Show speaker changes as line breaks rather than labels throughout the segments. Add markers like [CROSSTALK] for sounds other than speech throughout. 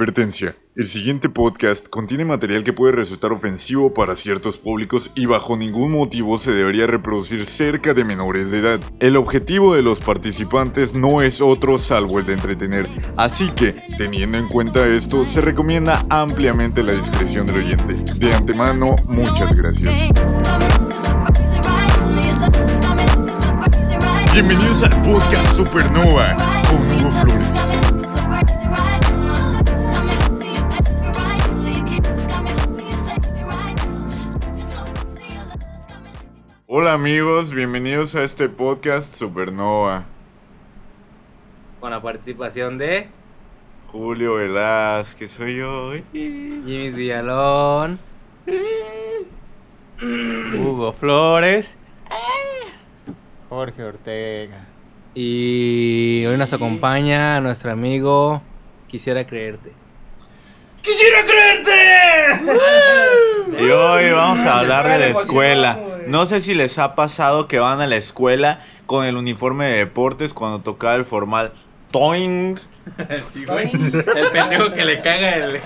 Advertencia. El siguiente podcast contiene material que puede resultar ofensivo para ciertos públicos y bajo ningún motivo se debería reproducir cerca de menores de edad. El objetivo de los participantes no es otro salvo el de entretener, así que, teniendo en cuenta esto, se recomienda ampliamente la discreción del oyente. De antemano, muchas gracias. Bienvenidos al podcast Supernova con Hugo Flores. Hola amigos, bienvenidos a este podcast Supernova.
Con la participación de
Julio Velázquez, soy yo.
Jimmy Villalón.
Hugo Flores. Jorge Ortega.
Y hoy nos acompaña nuestro amigo Quisiera [LAUGHS] Creerte.
¡Quisiera creerte!
Y hoy vamos a hablar de la
emocionado,
escuela.
güey.
No sé si les ha pasado que van a la escuela con el uniforme de deportes cuando tocaba el formal. Toing.
El pendejo que le caga el,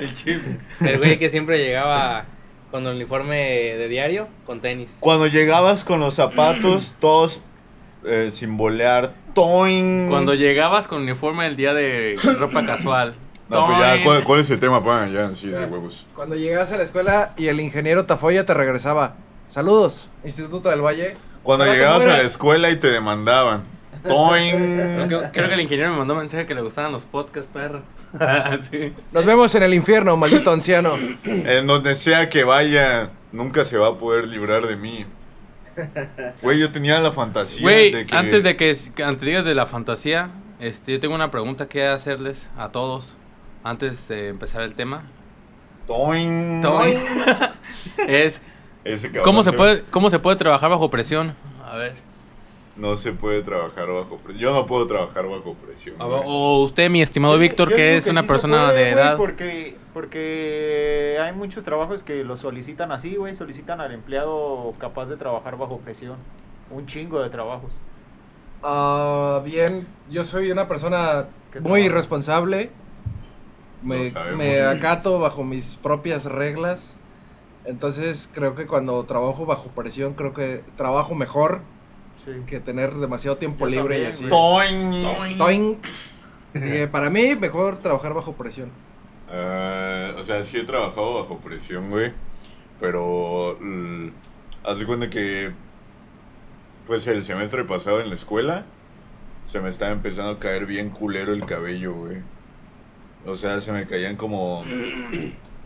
el chip. El güey que siempre llegaba con el uniforme de diario, con tenis.
Cuando llegabas con los
[CLEARS THROAT]
zapatos, todos eh, sin bolear. Toing.
Cuando llegabas con uniforme el día de ropa casual.
[LAUGHS]
No, pues ya,
Toin.
¿cuál, cuál es el tema, pa? Ya, sí, de huevos.
Cuando llegabas a la escuela y el ingeniero Tafoya te regresaba. Saludos, Instituto del Valle.
Cuando
Ahora te
llegabas a la
mueres.
escuela y te demandaban.
Creo [LAUGHS]
Toing.
que- creo que el ingeniero me mandó un mensaje que le gustaban los podcasts,
[LAUGHS]
perro. Sí.
Nos vemos en el infierno, maldito anciano.
En donde sea que vaya, nunca se va a poder librar de mí. Güey, yo tenía la fantasía
Güey,
de que...
antes de que que antes digas de la fantasía, este, yo tengo una pregunta que hacerles a todos antes de empezar el [LAUGHS] tema.
Toing.
Toin. es
Ese cabrón
cómo se puede cómo se puede trabajar bajo presión. A ver.
No se puede trabajar bajo presión. Yo no puedo trabajar bajo
Ah,
presión. güey.
O usted, mi estimado Víctor,
Yo
que
digo
es una
sí se
persona
puede,
de
güey,
edad.
Porque, porque hay muchos trabajos que lo solicitan así, güey. Solicitan al empleado capaz de trabajar bajo presión. Un chingo de trabajos.
Ah, bien, yo soy una persona
¿Qué
muy
tal?
irresponsable. Me,
Lo sabemos.
me acato bajo mis propias reglas. Entonces creo que cuando trabajo bajo presión, creo que trabajo mejor
Sí.
que tener demasiado tiempo
Yo
libre
también,
y así.
güey.
Toing.
Toing.
[LAUGHS]
Así que para mí, mejor trabajar bajo presión.
Ah, o sea, sí he trabajado bajo presión, güey. Pero mm, haz de cuenta que pues el semestre pasado en la escuela se me estaba empezando a caer bien culero el cabello, güey. O sea, se me caían como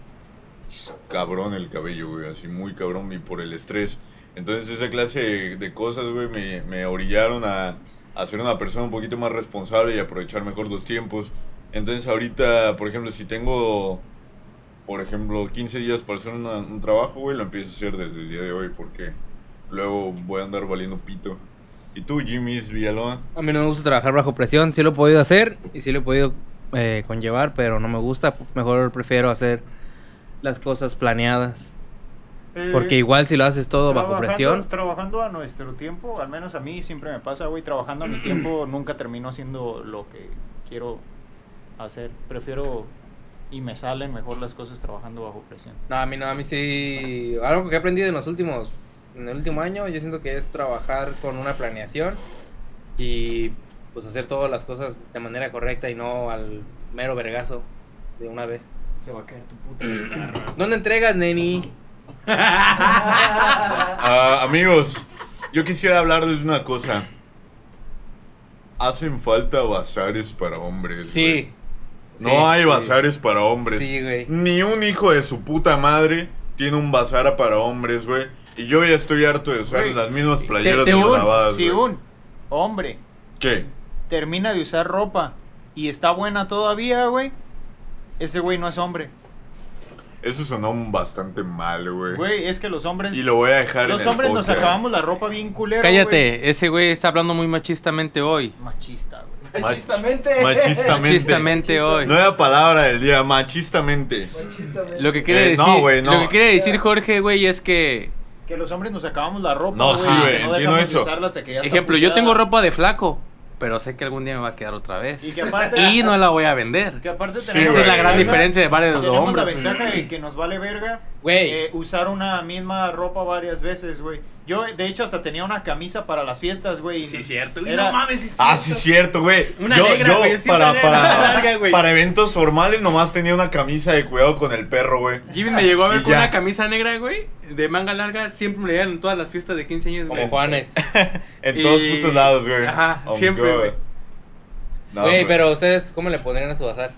[CLEARS THROAT] cabrón el cabello, güey, así muy cabrón y por el estrés. Entonces esa clase de, de cosas, güey, me, me orillaron a, a ser una persona un poquito más responsable y aprovechar mejor los tiempos. Entonces ahorita, por ejemplo, si tengo, por ejemplo, 15 días para hacer una- un trabajo, güey, lo empiezo a hacer desde el día de hoy porque luego voy a andar valiendo pito. ¿Y tú, Jimmy es Villalón?
A mí no me gusta trabajar bajo presión, sí lo he podido hacer y sí lo he podido eh, conllevar, pero no me gusta, mejor prefiero hacer las cosas planeadas. Porque igual si lo haces todo bajo
Eh, Trabajando-
presión,
Trabajando a nuestro tiempo, al menos a mí siempre me pasa, güey. Trabajando a mi
[CLEARS THROAT]
tiempo nunca termino haciendo lo que quiero hacer. Prefiero y me salen mejor las cosas trabajando bajo presión.
No, a mí no, a mí sí. Algo que he aprendido en los últimos. En el último año, yo siento que es trabajar con una planeación y pues hacer todas las cosas de manera correcta y no al mero vergazo de una vez.
Se va a caer tu
[CLEARS THROAT]
puta
¿Dónde entregas, neni?
Ah, amigos, yo quisiera hablarles de una cosa. Hacen falta bazares para hombres. güey.
Sí.
No
Sí,
hay
sí.
bazares para hombres.
Sí, güey.
Ni un hijo de su puta madre tiene un bazar para hombres, güey. Y yo ya estoy harto de usar
Güey,
las mismas playeras
Si
de
un,
lavadas.
si
güey.
un hombre
¿Qué?
termina de usar ropa y está buena todavía, güey, ese güey no es hombre.
Eso sonó bastante mal, güey.
Güey, es que los hombres.
Y lo voy a dejar en
los
el
hombres nos
podcast.
acabamos la ropa bien culera.
Cállate, ese güey está hablando muy machistamente hoy.
Machista, güey.
Mach-
Machistamente.
Machistamente.
Machistamente hoy.
Nueva palabra del día, machistamente.
Lo que quiere
Eh, no,
decir,
güey, no.
lo que quiere decir Jorge, güey, es que,
Que los hombres nos acabamos la ropa.
No,
güey,
sí, güey,
No
entiendo
dejamos de
eso.
usarla hasta que ya está
ejemplo, yo
puteada.
tengo ropa de flaco, pero sé que algún día me va a quedar otra vez.
Y que aparte-
Y no la voy a vender.
Que aparte
Sí,
tenemos
güey.
Esa es la gran
Tenemos-
diferencia de varios
Tenemos
hombres.
la ventaja de que nos vale verga
Güey.
eh, usar una misma ropa varias veces, güey. Yo, de hecho, hasta tenía una camisa para las fiestas, güey.
Sí, cierto. Y
Era-
no mames, sí, cierto.
Ah, sí, cierto, güey.
Una
yo,
negra,
yo
güey, sí,
para,
una negra,
para,
larga, güey.
para eventos formales nomás tenía una camisa de cuidado con el perro, güey.
Given me llegó a ver
Y
con
ya.
una camisa negra, güey, de manga larga, siempre me llegan en todas las fiestas de 15 años.
eh,
güey.
Como Juanes.
En todos
Y-
putos lados, güey.
Ajá,
Oh my
siempre,
God.
güey.
No,
Güey,
güey.
pero ustedes, ¿cómo le pondrían a su bazar?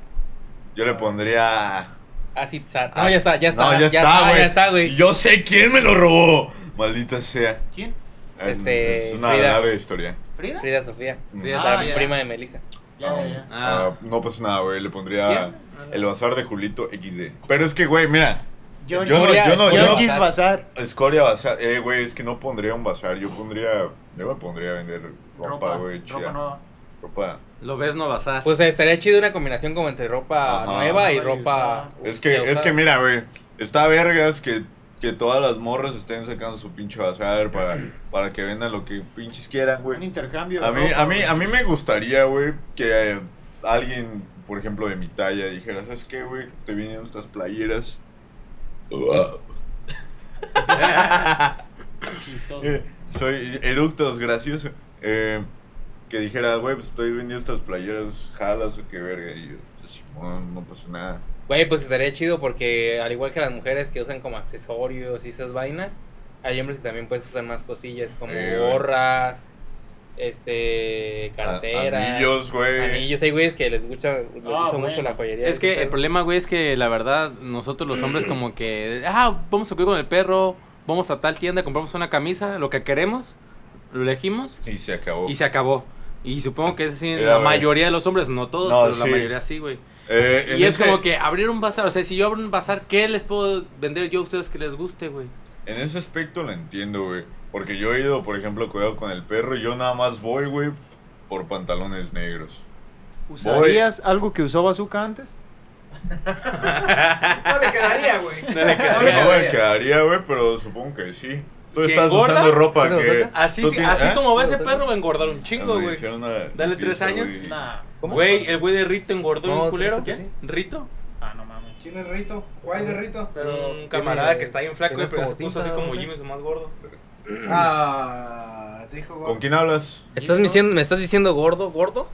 Yo le pondría.
Acid Sat. No, ya está, ya está.
No, ya, está, güey.
Ya está, güey.
Yo sé quién me lo robó. Maldita sea.
¿Quién?
Este,
Es una
Frida.
larga historia.
¿Frida?
Frida Sofía.
Mm.
Frida
o sea,
Sofía.
prima de Melissa.
Ya, ya, ya.
Ah.
Ah, no pasa nada, güey. Le pondría
¿Quién?
el bazar de Julito XD. Pero es que, güey, mira.
Yo,
Yo no,
Gloria-
yo no, yo no.
Gloria-
Yonkis Bazar.
Escoria bazar. Eh, güey, es que no pondría un bazar. Yo pondría. Yo me pondría a vender ropa,
Ropa,
güey.
ropa
Chida.
nueva.
Ropa.
Lo ves no bazar.
Pues estaría chido una combinación como entre ropa
Ajá.
nueva y
Nueva y
ropa.
Es que, es que mira, güey, está vergas que, que todas las morras estén sacando su pinche bazar para, para que vendan lo que pinches quieran,
Un
güey.
intercambio. de
A mí,
ropa,
a, mí,
güey.
a mí me gustaría, güey, que eh, alguien, por ejemplo, de mi talla dijera, ¿sabes qué, güey? Estoy vendiendo estas playeras.
Chistoso.
Eh, Soy eructos, gracioso. Eh, que dijera, güey, pues estoy vendiendo estas playeras, jalas o qué verga. Y yo, pues, no, no pasa nada.
Güey, pues estaría chido porque al igual que las mujeres que usan como accesorios y esas vainas, hay hombres que también pues usan más cosillas como
Eh, güey.
gorras, este,
A-
carteras.
Anillos, güey. Ah,
Anillos, hay güeyes que les gusta, les gusta
bueno.
mucho la joyería.
Es que el
problema
problema, güey, es que la verdad, nosotros los hombres como que, ah, vamos a cuidar con el perro, vamos a tal tienda, compramos una camisa, lo que queremos, lo elegimos
Y se acabó.
y se acabó. Y supongo que es así,
Mira,
la
güey.
mayoría de los hombres, no todos,
No,
pero la
sí.
mayoría sí, güey.
Eh, en
Y es
ese-
como que abrir un bazar, o sea, si yo abro un bazar, ¿qué les puedo vender yo a ustedes que les guste, güey?
En ese aspecto lo entiendo, güey. Porque yo he ido, por ejemplo, cuidado con el perro. y Yo nada más voy, güey, por pantalones negros.
¿Usarías algo que usó Bazooka antes?
No le quedaría, güey. No le
[LAUGHS] No me quedaría, güey, pero supongo que sí. Tú
Si
estás
engorda,
usando ropa que.
Así,
tú tienes-
así
¿eh? Ah,
como va ese perro, va a engordar un chingo,
Me
güey.
hicieron una
Dale tres
pizza,
años.
güey.
Nah.
¿Cómo?
Güey, el güey de Rito engordó
No,
un culero.
¿crees que sí?
¿Rito?
Ah, no mames.
¿Quién es Rito? ¿Guay de [CLEARS THROAT] Rito?
Pero un
tiene-
camarada que está bien flaco,
tiene
güey, pero
como
se
tinta,
puso así como
¿no?
Jimmy, su más gordo.
Ah, dijo
¿Con
guay.
quién hablas?
¿Estás me, diciendo, ¿Me estás diciendo gordo, gordo?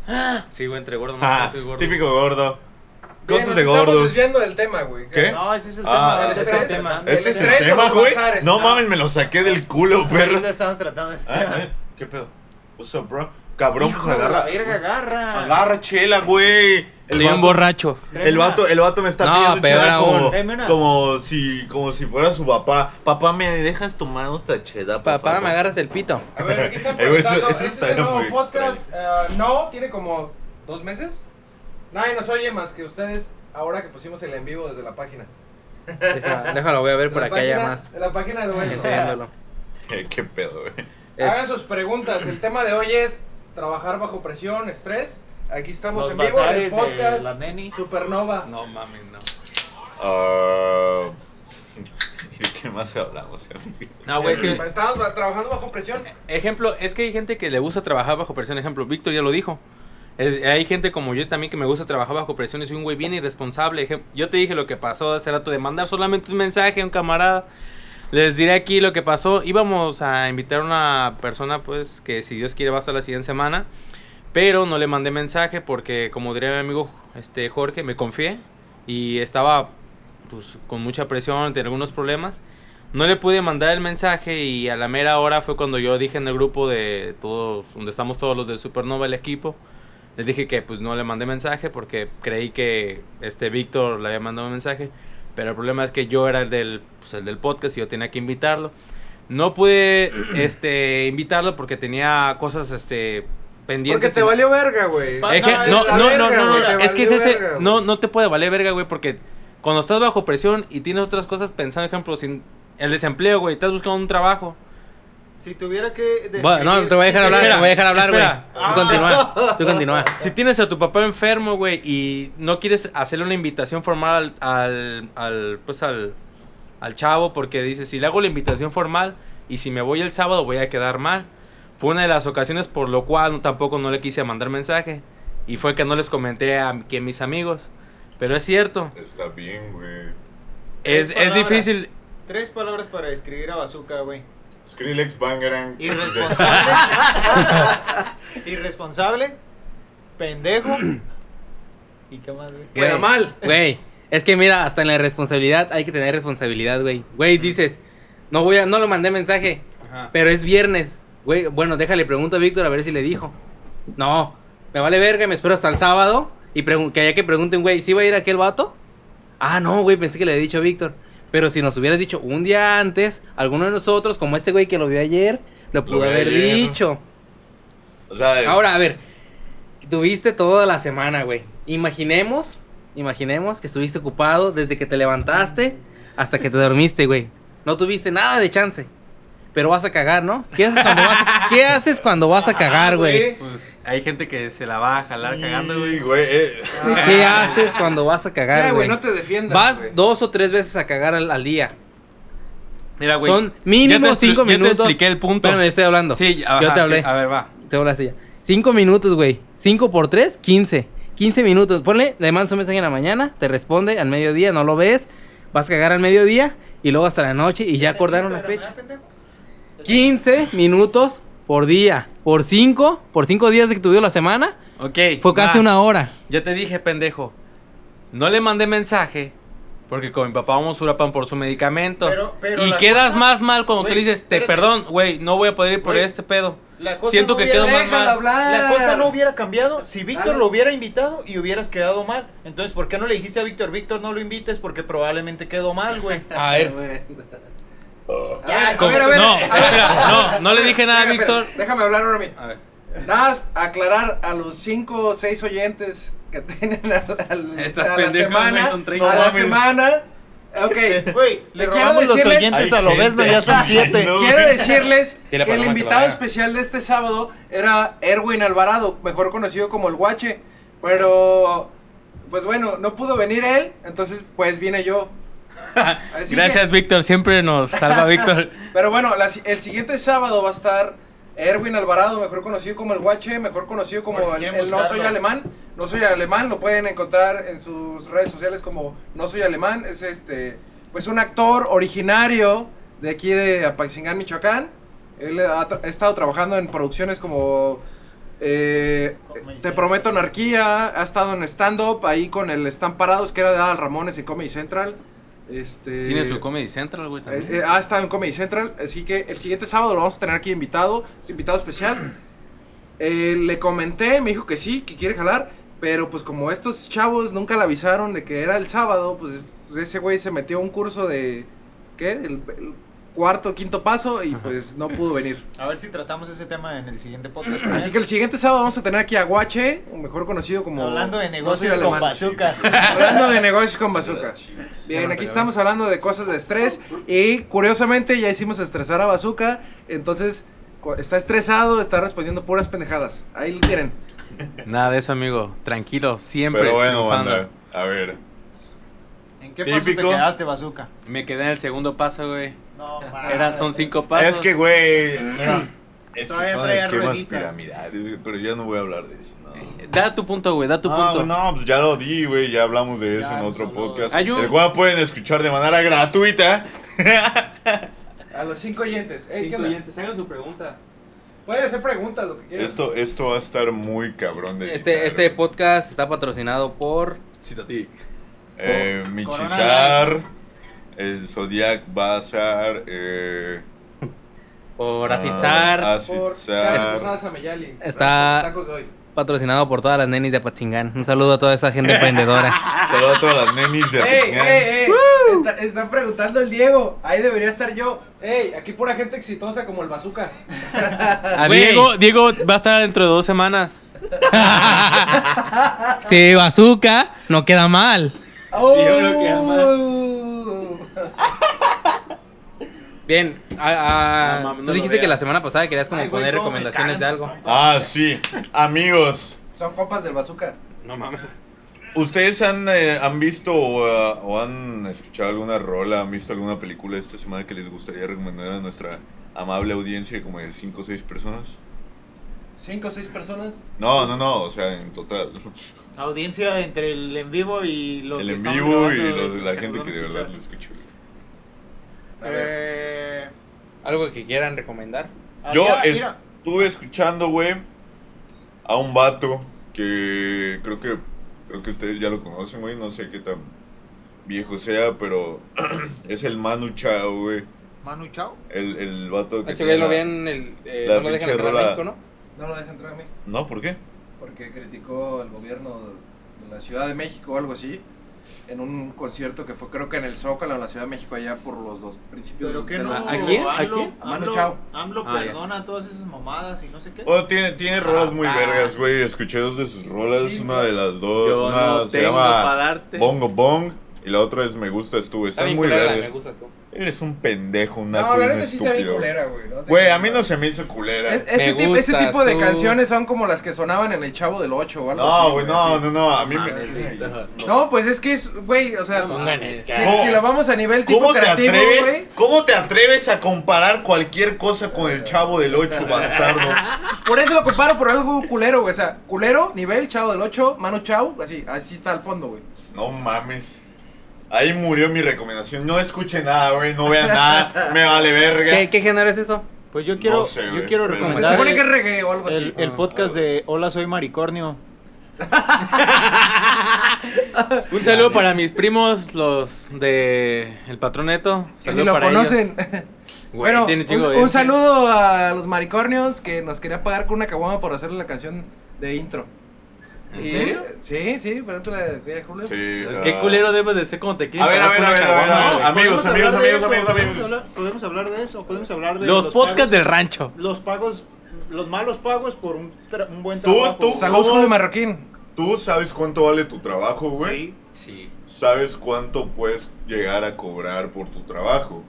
Sí, güey, entre gordo, no
Ah,
soy gordo.
típico gordo.
Bien,
Cosas
nos
de
Estamos
gordos.
desviando del tema, güey.
¿Qué?
No, ese es el
Ah,
tema.
ese
estamos
es el
tratando.
Este
tema. ¿El
es el
estrés o
tema,
los
güey.
bazares?
No
Ah.
mames, me lo saqué del culo,
[LAUGHS]
perro.
Ahorita estamos tratando este
Ah,
tema.
eh, ¿Qué pedo? What's up, bro? Cabrón,
Hijo
pues
de la
agarra.
verga, agarra.
Agarra chela, güey.
Soy un borracho.
Tráeme
El
una-
vato, el vato me está
No,
pidiendo
peor
chela
aún.
como,
Tráeme una.
como si como si fuera su papá. Papá, ¿me dejas tomar otra chela, por
Papá,
favor?
me agarras el pito.
A ver, aquí están
Eh, [LAUGHS] güey, eso-
preguntando.
eso
¿Este
está
es el
muy
nuevo
extraño.
podcast? Ah, no, tiene como dos meses. Nadie nos oye más que ustedes ahora que pusimos el en vivo desde la página.
Deja- déjalo, voy a
[LAUGHS]
ver
De
para
la
que haya
página-
más
De la página de Bueno.
gente viéndolo.
¿Qué, [LAUGHS] qué pedo, güey?
Es-
[LAUGHS] Hagan sus preguntas. El tema de hoy es trabajar bajo presión, estrés. Aquí estamos
Los
en vivo en
bazares
el
de
podcast
las nenis.
Supernova.
No mames, no.
Ah, [LAUGHS] ¿y ¿De qué más hablamos? güey?
No, güey, es que.
Estamos ba- trabajando bajo presión.
Ejemplo, es que hay gente que le gusta trabajar bajo presión. Ejemplo, Víctor ya lo dijo. Es- hay gente como yo también que me gusta trabajar bajo presión y soy un güey bien irresponsable. Ejem- Yo te dije lo que pasó hace rato de mandar solamente un mensaje a un camarada. Les diré aquí lo que pasó. Íbamos a invitar a una persona, pues, que si Dios quiere va a estar la siguiente semana. Pero no le mandé mensaje porque, como diría mi amigo este, Jorge, me confié y estaba pues, con mucha presión, tenía algunos problemas. No le pude mandar el mensaje y a la mera hora fue cuando yo dije en el grupo de todos, donde estamos todos los del Supernova, el equipo, les dije que pues no le mandé mensaje porque creí que este Víctor le había mandado un mensaje. Pero el problema es que yo era el del, pues, el del podcast y yo tenía que invitarlo. No pude este, invitarlo porque tenía cosas este, pendientes.
Porque te
y-
valió verga, güey.
Pa-
es que-
No, es
no,
la
no, no,
verga,
no,
güey,
no,
te
es que es
valió
ese,
verga, güey.
no, no te puede valer verga, güey, porque cuando estás bajo presión y tienes otras cosas pensando, ejemplo, sin el desempleo, güey, estás buscando un trabajo.
Si tuviera que.
Bueno, no, te voy a dejar
Espera,
hablar, te voy a dejar hablar, güey.
espera.
Tú
Ah.
continúa, tú continúa.
Si tienes a tu papá enfermo, güey, y no quieres hacerle una invitación formal al, al, al, pues al, al chavo, porque dices, si le hago la invitación formal y si me voy el sábado voy a quedar mal. Fue una de las ocasiones por lo cual tampoco no le quise mandar mensaje. Y fue que no les comenté a que mis amigos. Pero es cierto.
Está bien, güey.
Es, es
palabras.
difícil.
Tres palabras para describir a Bazooka, güey.
Skrillex Bangarang.
Irresponsable. [LAUGHS] Irresponsable. Pendejo. [CLEARS THROAT] ¿Y qué más, güey?
Queda
Güey.
mal.
Güey, es que mira, hasta en la responsabilidad hay que tener responsabilidad, güey. Güey, dices, no voy a, no le mandé mensaje,
Ajá.
pero es viernes. Güey, bueno, déjale, pregunto a Víctor a ver si le dijo. No, me vale verga, me espero hasta el sábado y pregun- que haya que pregunten, güey, ¿sí va a ir aquel vato? Ah, no, güey, pensé que le había dicho a Víctor. Pero si nos hubieras dicho un día antes, alguno de nosotros, como este güey que lo vio ayer, lo pudo
vi
haber
ayer.
dicho.
O sea, es-
Ahora, a ver, tuviste toda la semana, güey. Imaginemos, imaginemos que estuviste ocupado desde que te levantaste hasta que te dormiste, güey. No tuviste nada de chance. Pero vas a cagar, ¿no? ¿Qué haces cuando vas a, ¿qué haces cuando vas a cagar, güey?
Pues hay gente que se la va a jalar cagando, güey.
Y, güey. eh,
¿Qué haces cuando vas a
Ya,
cagar,
güey,
güey?
no te defiendas.
Vas
güey.
dos o tres veces a cagar al, al día.
Mira, güey.
Son
ya te
mínimo
expli-
cinco
ya te
minutos.
expliqué el punto.
Espérame, yo estoy hablando.
Sí,
yo
ajá,
te hablé.
A ver, va.
Te hablaste ya. Cinco minutos, güey. Cinco por tres, quince. Quince minutos. Ponle, le mandas un mensaje en la mañana, te responde al mediodía, no lo ves. Vas a cagar al mediodía y luego hasta la noche y ya acordaron la fecha. 15 minutos por día. Por cinco, por cinco días de que tuvieron la semana,
Ok.
fue casi
va.
una hora.
Ya te dije, pendejo. No le mandé mensaje porque con mi papá vamos a Urapan por su medicamento.
Pero- pero
y
la
quedas
cosa-
más mal cuando tú le
Güey,
dices, te
espérate.
perdón, güey, no voy a poder ir por
Güey,
este pedo.
La cosa
Siento
no
que
hubiera-
quedo más
Déjala
mal.
hablar.
La cosa no hubiera cambiado si Víctor
Dale.
lo hubiera invitado y hubieras quedado mal. Entonces, ¿por qué no le dijiste a Víctor, Víctor, no lo invites porque probablemente quedó mal, güey?
A
A ver,
ver,
güey.
Ya,
A ver, a ver,
No,
a ver.
espera, no, no le dije nada a
Espera, espera,
Víctor.
Déjame hablar ahora a mí.
A ver.
Nada más aclarar a los 5 o 6 oyentes que [LAUGHS] tienen al- al-
Estas
a la
pendejas,
semana.
güey, son 30.
a la
No mames.
semana.
[LAUGHS]
Ok.
[LAUGHS] Güey, le
quiero
robamos los
decirle-
oyentes
Hay
a lo
gente.
ves, no, ya son siete.
No.
[LAUGHS] Quiero
[LAUGHS]
decirles que
Dile a
el
Paloma que lo
invitado
haga.
especial de este sábado era Erwin Alvarado, mejor conocido como el Guache. Pero, pues bueno, no pudo venir él, entonces pues vine
[LAUGHS]
yo. Así que-
Gracias, Víctor. Siempre nos
[LAUGHS]
salva Víctor.
Pero bueno, la si- el siguiente sábado va a estar Erwin Alvarado, mejor conocido como el Guache, mejor conocido como
Por si
el,
quieren
el No
buscarlo.
Soy Alemán. No Soy Alemán, lo pueden encontrar en sus redes sociales como No Soy Alemán. Es este, pues un actor originario de aquí de Apaxingán, Michoacán. Él ha, tra- ha estado trabajando en producciones como eh,
Comedy
Te
Central.
Prometo Anarquía, ha estado en stand-up ahí con el Están Parados, que era de Adal Ramones en Comedy Central. Este,
Tiene su Comedy Central, güey, también.
eh, eh, ha estado en Comedy Central, así que el siguiente sábado lo vamos a tener aquí invitado, es invitado especial. Eh, le comenté, me dijo que sí, que quiere jalar, pero pues como estos chavos nunca le avisaron de que era el sábado, pues, pues, ese güey se metió a un curso de, ¿qué? El, el cuarto, quinto paso y pues no pudo venir.
A ver si tratamos ese tema en el siguiente podcast.
Así que el siguiente sábado vamos a tener aquí a Guache, mejor conocido como...
Hablando de
No
negocios
soy
con
alemán.
bazooka.
Hablando de negocios con bazooka. Bien, aquí estamos hablando de cosas de estrés y curiosamente ya hicimos estresar a Bazooka, entonces cu- está estresado, está respondiendo puras pendejadas. Ahí lo tienen.
Nada de eso, amigo. Tranquilo, siempre.
Pero bueno,
triunfando.
banda. A ver.
¿En qué paso te
Típico.
quedaste, bazooka?
Me quedé en el segundo paso, güey.
No,
Ah,
Eran, son cinco pasos.
Es que, güey. Es que
Todavía
son
traía
esquemas
rueditas.
piramidales, pero ya no voy a hablar de eso. No,
Da tu punto, güey, da [LAUGHS] tu
Ah,
punto.
no, pues ya lo di, güey. Ya hablamos de eso
Ya
en
hemos
otro
hablado.
podcast.
Hay un-
El cual pueden escuchar de manera gratuita.
A los cinco oyentes. Ey, ¿qué
Cinco
onda?
oyentes, hagan su pregunta.
Pueden hacer preguntas, lo que quieran.
Esto, esto va a estar muy cabrón de
este,
editar,
este
güey.
podcast está patrocinado por...
Cita a ti.
Eh,
Corona
Michizar, el Zodiac Bazar, eh,
Por
ah,
Afitzar,
Por
Afitzar.
Casas a Meyali.
Está-
Tacos de hoy.
patrocinado por todas las nenis de Apatzingán. Un saludo a toda esa gente emprendedora.
Saludos a todas las nenis de
¡Ey,
Apatzingán.
ey, ey! Está, está preguntando el Diego. Ahí debería estar yo. ¡Ey! Aquí pura gente exitosa como el Bazooka.
[LAUGHS] A
Güey.
Diego, Diego va a estar dentro de
[LAUGHS]
dos semanas.
Si bazooka, no queda mal.
creo que
Bien, a- a-
Ah, No, mami, no
tú
lo
dijiste que
veas.
la semana pasada querías como
Ay, güey,
poner
cómo me
recomendaciones de
cagan
algo.
Ah, sí. Amigos,
Son compas del Bazooka.
No mames.
¿ustedes han, eh, han visto o,
eh,
ah, o han escuchado alguna rola, han visto alguna película esta semana que les gustaría recomendar a nuestra amable audiencia como de 5 o 6 personas?
¿Cinco o seis personas?
No, no, no, o sea, en total. [LAUGHS]
Audiencia entre el en vivo y lo
El
que
en
estamos
vivo y
grabando,
los, la
nos
gente
van
que
a
de verdad
escuchar.
lo escuchó.
A ver.
Eh,
¿Algo que quieran recomendar?
Yo
había- mira,
estuve escuchando, güey, a un vato que creo que creo que ustedes ya lo conocen, güey, no sé qué tan viejo sea, pero [CLEARS THROAT] es el Manu Chao, güey.
Manu Chao.
El, el vato que
Ese güey
tiene
lo
la-
ven en el. eh,
la
no lo dejan
pinche
entrar a
rola.
México, ¿no?
No lo dejan entrar a mí.
No, ¿por qué?
porque criticó al gobierno de la Ciudad de México o algo así en un concierto que fue creo que en el Zócalo en la Ciudad de México allá por los dos principios
Pero que
de
no.
Ah,
los-
¿A quién? ¿A
AMLO-
quién?
A Manu
AMLO-
Chao.
AMLO
Ah, ya.
perdona todas esas mamadas y no sé qué.
Oh, tiene, tiene rolas muy
Ah.
vergas, güey. Escuché dos de sus rolas,
Sí,
una
güey.
de las dos.
Yo
una
no
se
tengo para
llama
darte.
Bongo Bong y la otra es Me Gusta Estuve.
Está
Están
bien
muy
culera la de me
vergas.
gustas tú.
Eres un pendejo, un naco
No,
y
la
un
neta sí se ve
estúpido.
culera, güey. ¿no?
Güey, a mí no se me hizo culera.
E- ese,
Me
tipo, ese
gusta
tipo de
tú.
canciones son como las que sonaban en El Chavo del 8 o algo
No,
así,
güey, no,
así.
no, no, a mí me...
Manuelita.
No, pues es que es, güey, o sea,
Pongan
si-
escala.
si, lo vamos a nivel tipo
¿Cómo te,
creativo,
atreves,
güey.
¿Cómo te atreves a comparar cualquier cosa con el chavo del 8, bastardo?
Por eso lo comparo por algo culero, güey. O sea, culero, nivel Chavo del 8, Manu Chao, así, así está al fondo, güey.
No mames. Ahí murió mi recomendación. No escuche nada, güey, no vea nada. Me vale verga.
¿Qué, ¿Qué género es eso?
Pues yo quiero,
No sé,
yo
güey, pero-
quiero
O sea,
recomendar
se supone
el-
que es reggae o algo así.
el, el podcast de Hola Soy Maricornio.
Un saludo para mis primos, los de El Patroneto.
Que
Saludo
ni lo
para ellos.
conocen. [LAUGHS]
Güey,
bueno,
tiene
un,
chingo de
un
gente.
saludo a los maricornios que nos quería pagar con una caguama por hacerle la canción de intro.
¿En
Y-
serio?
Sí, sí, pero tú la de Julio.
Sí,
Pues,
ah.
Qué culero debes de ser cuando te
A
quieres
ver,
pagar
a ver,
por
a
una
ver, a ver,
caguama,
a ver,
güey.
Ah, Amigos,
¿Podemos hablar
amigos,
de
amigos,
eso?
amigos,
¿Podemos
amigos.
hablar- Podemos hablar de eso, podemos hablar de
Los
pagos-
podcasts del [LAUGHS]
[LAUGHS]
rancho.
Los pagos, los malos pagos por un, tra- un buen
Tú-
trabajo.
tú-
Saludos,
¿Cómo?
Julio Marroquín.
Tú sabes cuánto vale tu trabajo, güey.
Sí.
Sabes cuánto puedes llegar a cobrar por tu trabajo.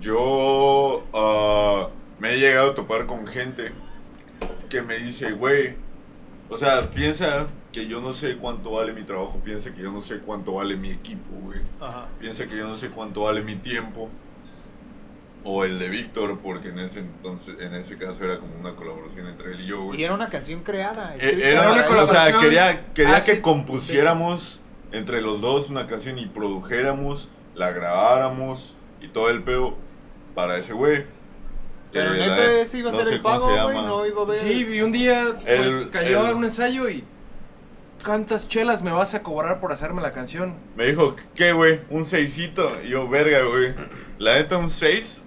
Yo ah, me he llegado a topar con gente que me dice, güey, o sea, piensa que yo no sé cuánto vale mi trabajo, piensa que yo no sé cuánto vale mi equipo, güey.
Ajá.
Piensa que yo no sé cuánto vale mi tiempo o el de Víctor, porque en ese entonces, en ese caso era como una colaboración entre él y yo, güey.
Y era una canción creada.
Eh,
escrita
Era
Era
una
una
para él.
colaboración. O sea,
colaboración.
quería, quería
Ah,
que
sí.
compusiéramos entre los dos una canción y produjéramos, la grabáramos y todo el pedo para ese güey.
Pero
Eh,
neta,
la-
ese iba a
no
ser
sé
el
cómo
pago,
se
güey.
llama.
No iba a haber.
Sí, y un día pues,
El-
cayó
el-
en un ensayo y. ¿Cuántas chelas me vas a cobrar por hacerme la [LAUGHS] canción?
Me dijo, ¿qué, güey? ¿Un seisito? Y yo, verga, güey. La neta, un seis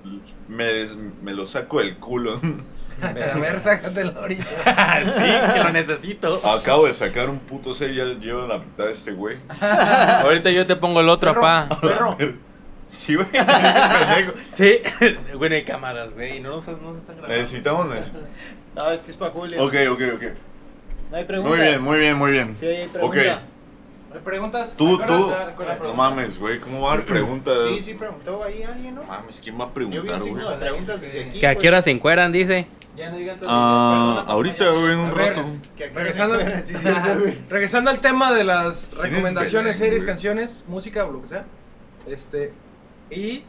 me, des- me lo saco del culo. [LAUGHS]
A ver, sácatelo ahorita.
sí, que lo necesito.
Acabo de sacar un puto seis, ya llevo la mitad de este güey.
Ahorita yo te pongo el otro, pa.
Perro,
[LAUGHS] Sí, güey, [LAUGHS] eres un pendejo.
Sí. [LAUGHS] Bueno, hay cámaras, güey. No nos, no nos están grabando.
Necesitamos. nes-
no, Ah, es que es para Julio.
Ok, ok, ok.
No hay preguntas.
Muy bien, muy bien, muy bien.
Sí, hay
Ok.
pregunta.
¿Me preguntas?
Tú,
¿A qué
tú.
horas- a qué horas
No
preguntas?
mames, güey, ¿cómo va a haber preguntas?
Sí, sí, preguntó ahí alguien, ¿no?
No mames, ¿quién va a
Yo vi un
preguntar, güey?
signo de preguntas desde aquí.
Que a qué hora se encueran, dice.
Ya no digan todo.
Ah, ahorita, güey, en un
A ver,
rato.
Regresando, [LAUGHS]
Sí, cierto, güey.
regresando al tema de las
¿Quién es
recomendaciones,
Belén,
series,
güey?
canciones, música o lo que sea. Este, y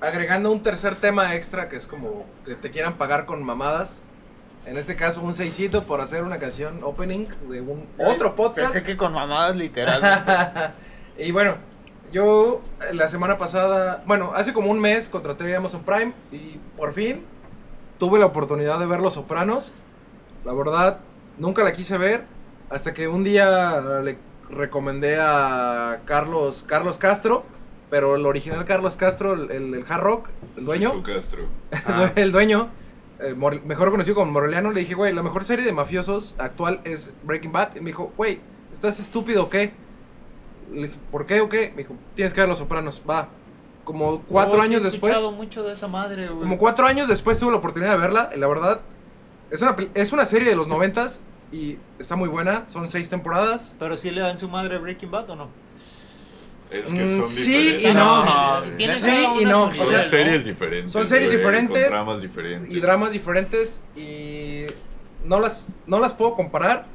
agregando un tercer tema extra que es como que te quieran pagar con mamadas. En este caso, un seisito por hacer una canción opening de un otro podcast.
Pensé que con mamadas literal.
Y bueno, yo eh, la semana pasada, bueno, hace como un mes contraté Amazon Prime y por fin tuve la oportunidad de ver Los Sopranos. La verdad, nunca la quise ver hasta que un día le recomendé a Carlos, Carlos Castro, pero el original Carlos Castro, el, el, el Hard Rock, el dueño,
Chucho Castro.
Ah.
[LAUGHS] el dueño, eh, Mor- mejor conocido como Moreliano, le dije, güey, la mejor serie de mafiosos actual es Breaking Bad. Y me dijo, güey, ¿estás estúpido o qué? Le dije, ¿por qué o qué? Me dijo, tienes que ver Los Sopranos, va. Como cuatro
Oh, sí,
años
he
después.
escuchado mucho de esa madre, güey.
Como cuatro años después tuve la oportunidad de verla y la verdad es una, pel- es una serie de los noventas y está muy buena, son seis temporadas.
Pero sí le dan su madre a Breaking Bad o no?
Es que
Mm,
son
sí
diferentes.
y no.
Ah,
Sí,
güey.
tienen
Sí
cada
y
una
no,
su
Son
o sea,
nivel,
series diferentes.
son series
güey,
diferentes
Con tramas diferentes.
Y dramas diferentes y no las, no las puedo comparar.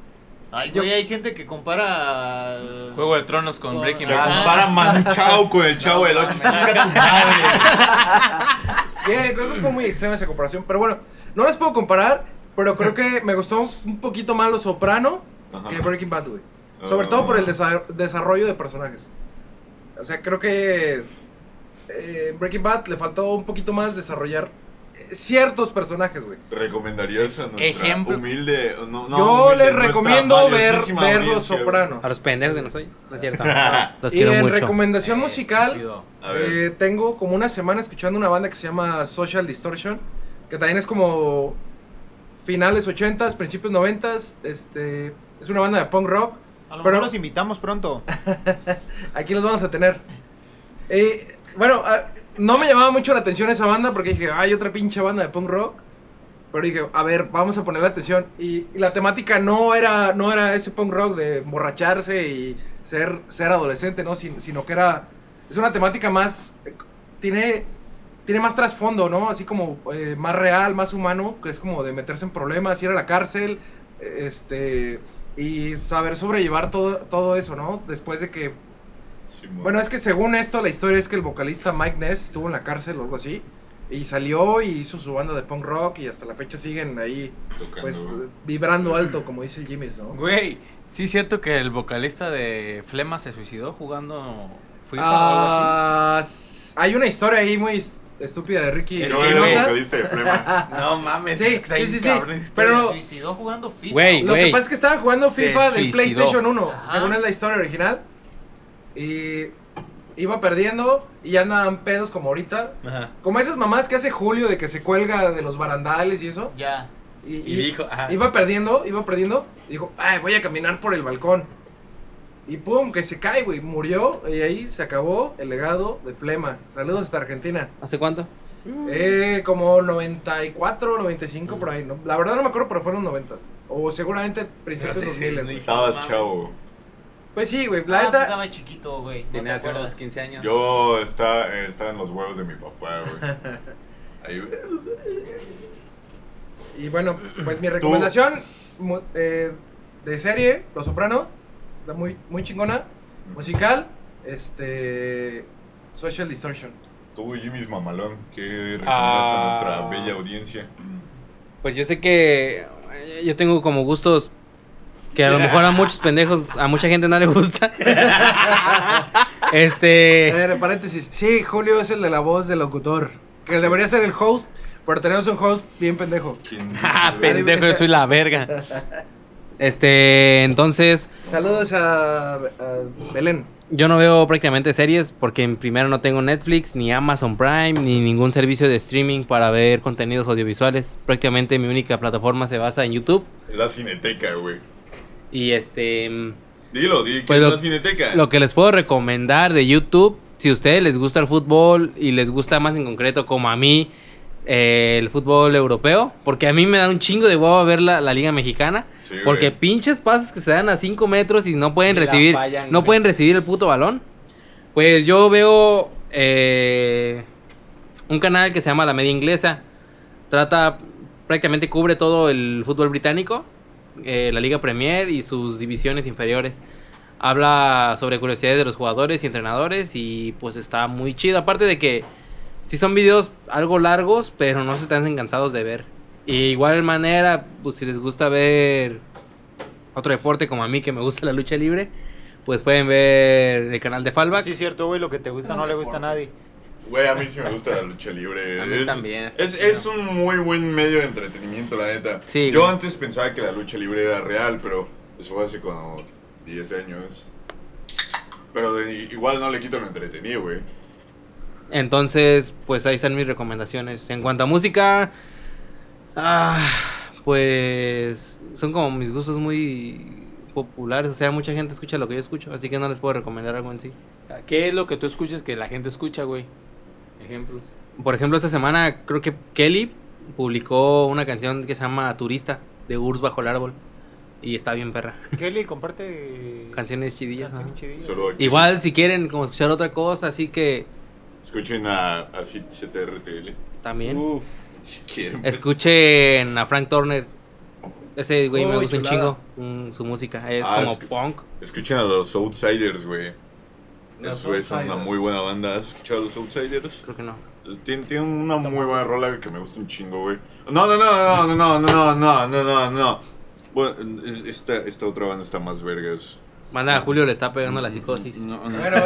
Ay, güey, hay gente que compara. al-
Juego de Tronos con
Con-
Breaking
Que
Bad. ¿no?
compara Manu
[LAUGHS]
Chao con el Chavo del 8. Chinga tu madre.
Yeah, creo que fue muy extrema esa comparación, pero bueno, no las puedo comparar, Pero creo que me gustó un poquito más Lo Soprano que Breaking Bad, güey. Sobre todo
Oh.
por el desa- desarrollo de personajes. O sea, creo que eh, en Breaking Bad le faltó un poquito más desarrollar eh, ciertos personajes, güey.
¿Recomendarías a nuestra
Ejemplo.
humilde... No, no,
Yo
humilde,
les
nuestra
recomiendo ver,
valiosísima
ver Los
audiencia, güey?
Soprano.
A los pendejos de nosotros. No es [LAUGHS] cierto. Los
y
quiero
en
mucho.
recomendación
Eh,
musical,
estúpido.
A ver.
eh, tengo como una semana escuchando una banda que se llama Social Distortion, que también es como finales 80s, principios 90s, este, es una banda de punk rock.
A lo
Pero-
mejor los invitamos pronto.
Aquí los vamos a tener. Eh, bueno, ah, no me llamaba mucho la atención esa banda porque dije, hay otra pinche banda de punk rock. Pero dije, a ver, vamos a ponerle atención. Y, y la temática no era, no era ese punk rock de emborracharse y ser, ser adolescente, ¿no? Sin- sino que era. Es una temática más. eh, Tiene, tiene más trasfondo, ¿no? Así como eh, más real, más humano, que es como de meterse en problemas, ir a la cárcel, eh, este. Y saber sobrellevar todo, todo eso, ¿no? Después de que
Simón.
bueno, es que según esto, la historia es que el vocalista Mike Ness estuvo en la cárcel o algo así. Y salió y hizo su banda de punk rock y hasta la fecha siguen ahí,
Tocando,
pues,
güey.
vibrando alto, como dice el Jimmy, ¿no?
Güey, sí es cierto que el vocalista de Flema se suicidó jugando FIFA
Ah, s- hay una historia ahí muy est- estúpida de Ricky
Yo
que
era
no sé.
vocalista de Flema.
[LAUGHS]
o algo así. No mames,
Ah, Sí,
es que está
sí,
bien
sí, sí,
cabrón esta
pero-
historia.
suicidó jugando FIFA.
Güey,
Lo que pasa es que estaban jugando
Se
FIFA del
suicidó.
PlayStation 1,
Ajá.
según es la historia original. Y iba perdiendo y ya andaban pedos como ahorita.
Ajá.
Como esas mamás que hace Julio de que se cuelga de los barandales y eso.
Ya.
Y,
Y
y-
dijo, ajá.
Iba perdiendo, iba perdiendo. y dijo, ay, voy a caminar por el balcón. Y pum, que se cae, güey. Murió y ahí se acabó el legado de Flema. Saludos hasta Argentina.
¿Hace cuánto?
Eh, como 94,
Mm.
95 por ahí. ¿no? La verdad no me acuerdo, pero fueron los 90. O seguramente principios
Pero sí, sí,
2000.
sí.
güey.
Estabas chavo.
Pues sí, güey. La
Ah,
neta,
estaba chiquito, güey. no
Tenía
te
hace unos
acuerdas.
15 años.
Yo estaba, eh, estaba en los huevos de mi papá, güey. Ahí, güey. [CLEARS THROAT]
Y bueno, pues mi recomendación mu- eh, de serie, Lo Soprano, está muy, muy chingona, musical, este, Social Distortion.
Tú, Jimmy's Mamalón, ¿qué recomiendas
Ah.
a nuestra bella audiencia?
Pues yo sé que eh, yo tengo como gustos que a lo mejor a muchos pendejos, a mucha gente no le [LAUGHS] gusta.
A
Este,
ver, paréntesis, sí, Julio es el de la voz del locutor, que debería ser el host, pero tenemos un host bien pendejo.
[LAUGHS]
¿Quién dice,
Ah,
güey?
pendejo, yo soy la verga.
este, entonces
Saludos a, a Belén.
yo no veo prácticamente series porque en primero no tengo Netflix, ni Amazon Prime, ni ningún servicio de streaming para ver contenidos audiovisuales. Prácticamente mi única plataforma se basa en YouTube
Es La cineteca, güey.
y este
Dilo, di que
Pues
es
lo-
la cineteca.
Lo que les puedo recomendar de YouTube, si a ustedes les gusta el fútbol y les gusta más en concreto como a mí eh, el fútbol europeo, porque a mí me da un chingo de huevo ver la, la liga mexicana,
Sí, güey.
porque pinches pases que se dan a 5 metros y no pueden
Y la
recibir,
fallan,
no
güey.
pueden recibir el puto balón. Pues yo veo eh, un canal que se llama La Media Inglesa, trata prácticamente cubre todo el fútbol británico, eh, la Liga Premier y sus divisiones inferiores. Habla sobre curiosidades de los jugadores y entrenadores y pues está muy chido. Aparte de que si son videos algo largos, pero no se te hacen cansados de ver. Y igual manera, pues si les gusta ver otro deporte como a mí que me gusta la lucha libre, pues pueden ver el canal de Fallback.
Sí, es cierto, güey. Lo que te gusta no le gusta a nadie.
Güey, a mí sí me gusta la lucha libre.
A mí
es,
también, está
Es,
chido.
es un muy buen medio de entretenimiento, la neta.
Sí,
Yo
güey.
antes pensaba que la lucha libre era real, pero eso fue hace como 10 años. Pero de- igual no le quito lo entretenido, güey.
Entonces, pues ahí están mis recomendaciones. En cuanto a música, ah, pues son como mis gustos muy populares. O sea, mucha gente escucha lo que yo escucho, así que no les puedo recomendar algo en sí.
¿Qué es lo que tú escuchas que la gente escucha, güey? Ejemplo.
Por ejemplo, esta semana creo que Kelly publicó una canción que se llama Turista de Urs bajo el árbol y está bien perra.
Kelly, comparte.
Canciones chidillas.
canciones
ajá.
chidillas.
Solo aquí.
Igual si quieren como escuchar otra cosa, así que
Escuchen a, a CTRTL.
también
Uh,
Uf.
Si quieren. pues.
Escuchen a Frank Turner. Ese güey me
Uy,
gusta
chulada.
un chingo mm, su música. Es
Ah,
como
es que-
punk.
Escuchen a los Outsiders, güey.
Los
Eso es una
Outsiders.
muy buena banda. ¿Has escuchado a los Outsiders?
Creo que no.
Tiene, tiene una muy buena rola que me gusta un chingo, güey. No, no, no, no, no, no, no, no, no, no, no. Bueno, es- esta, esta otra banda está más vergas.
Ah.
Manda a Julio, le está pegando la psicosis. [LAUGHS]
Mm,
No, no.
[LAUGHS] Bueno,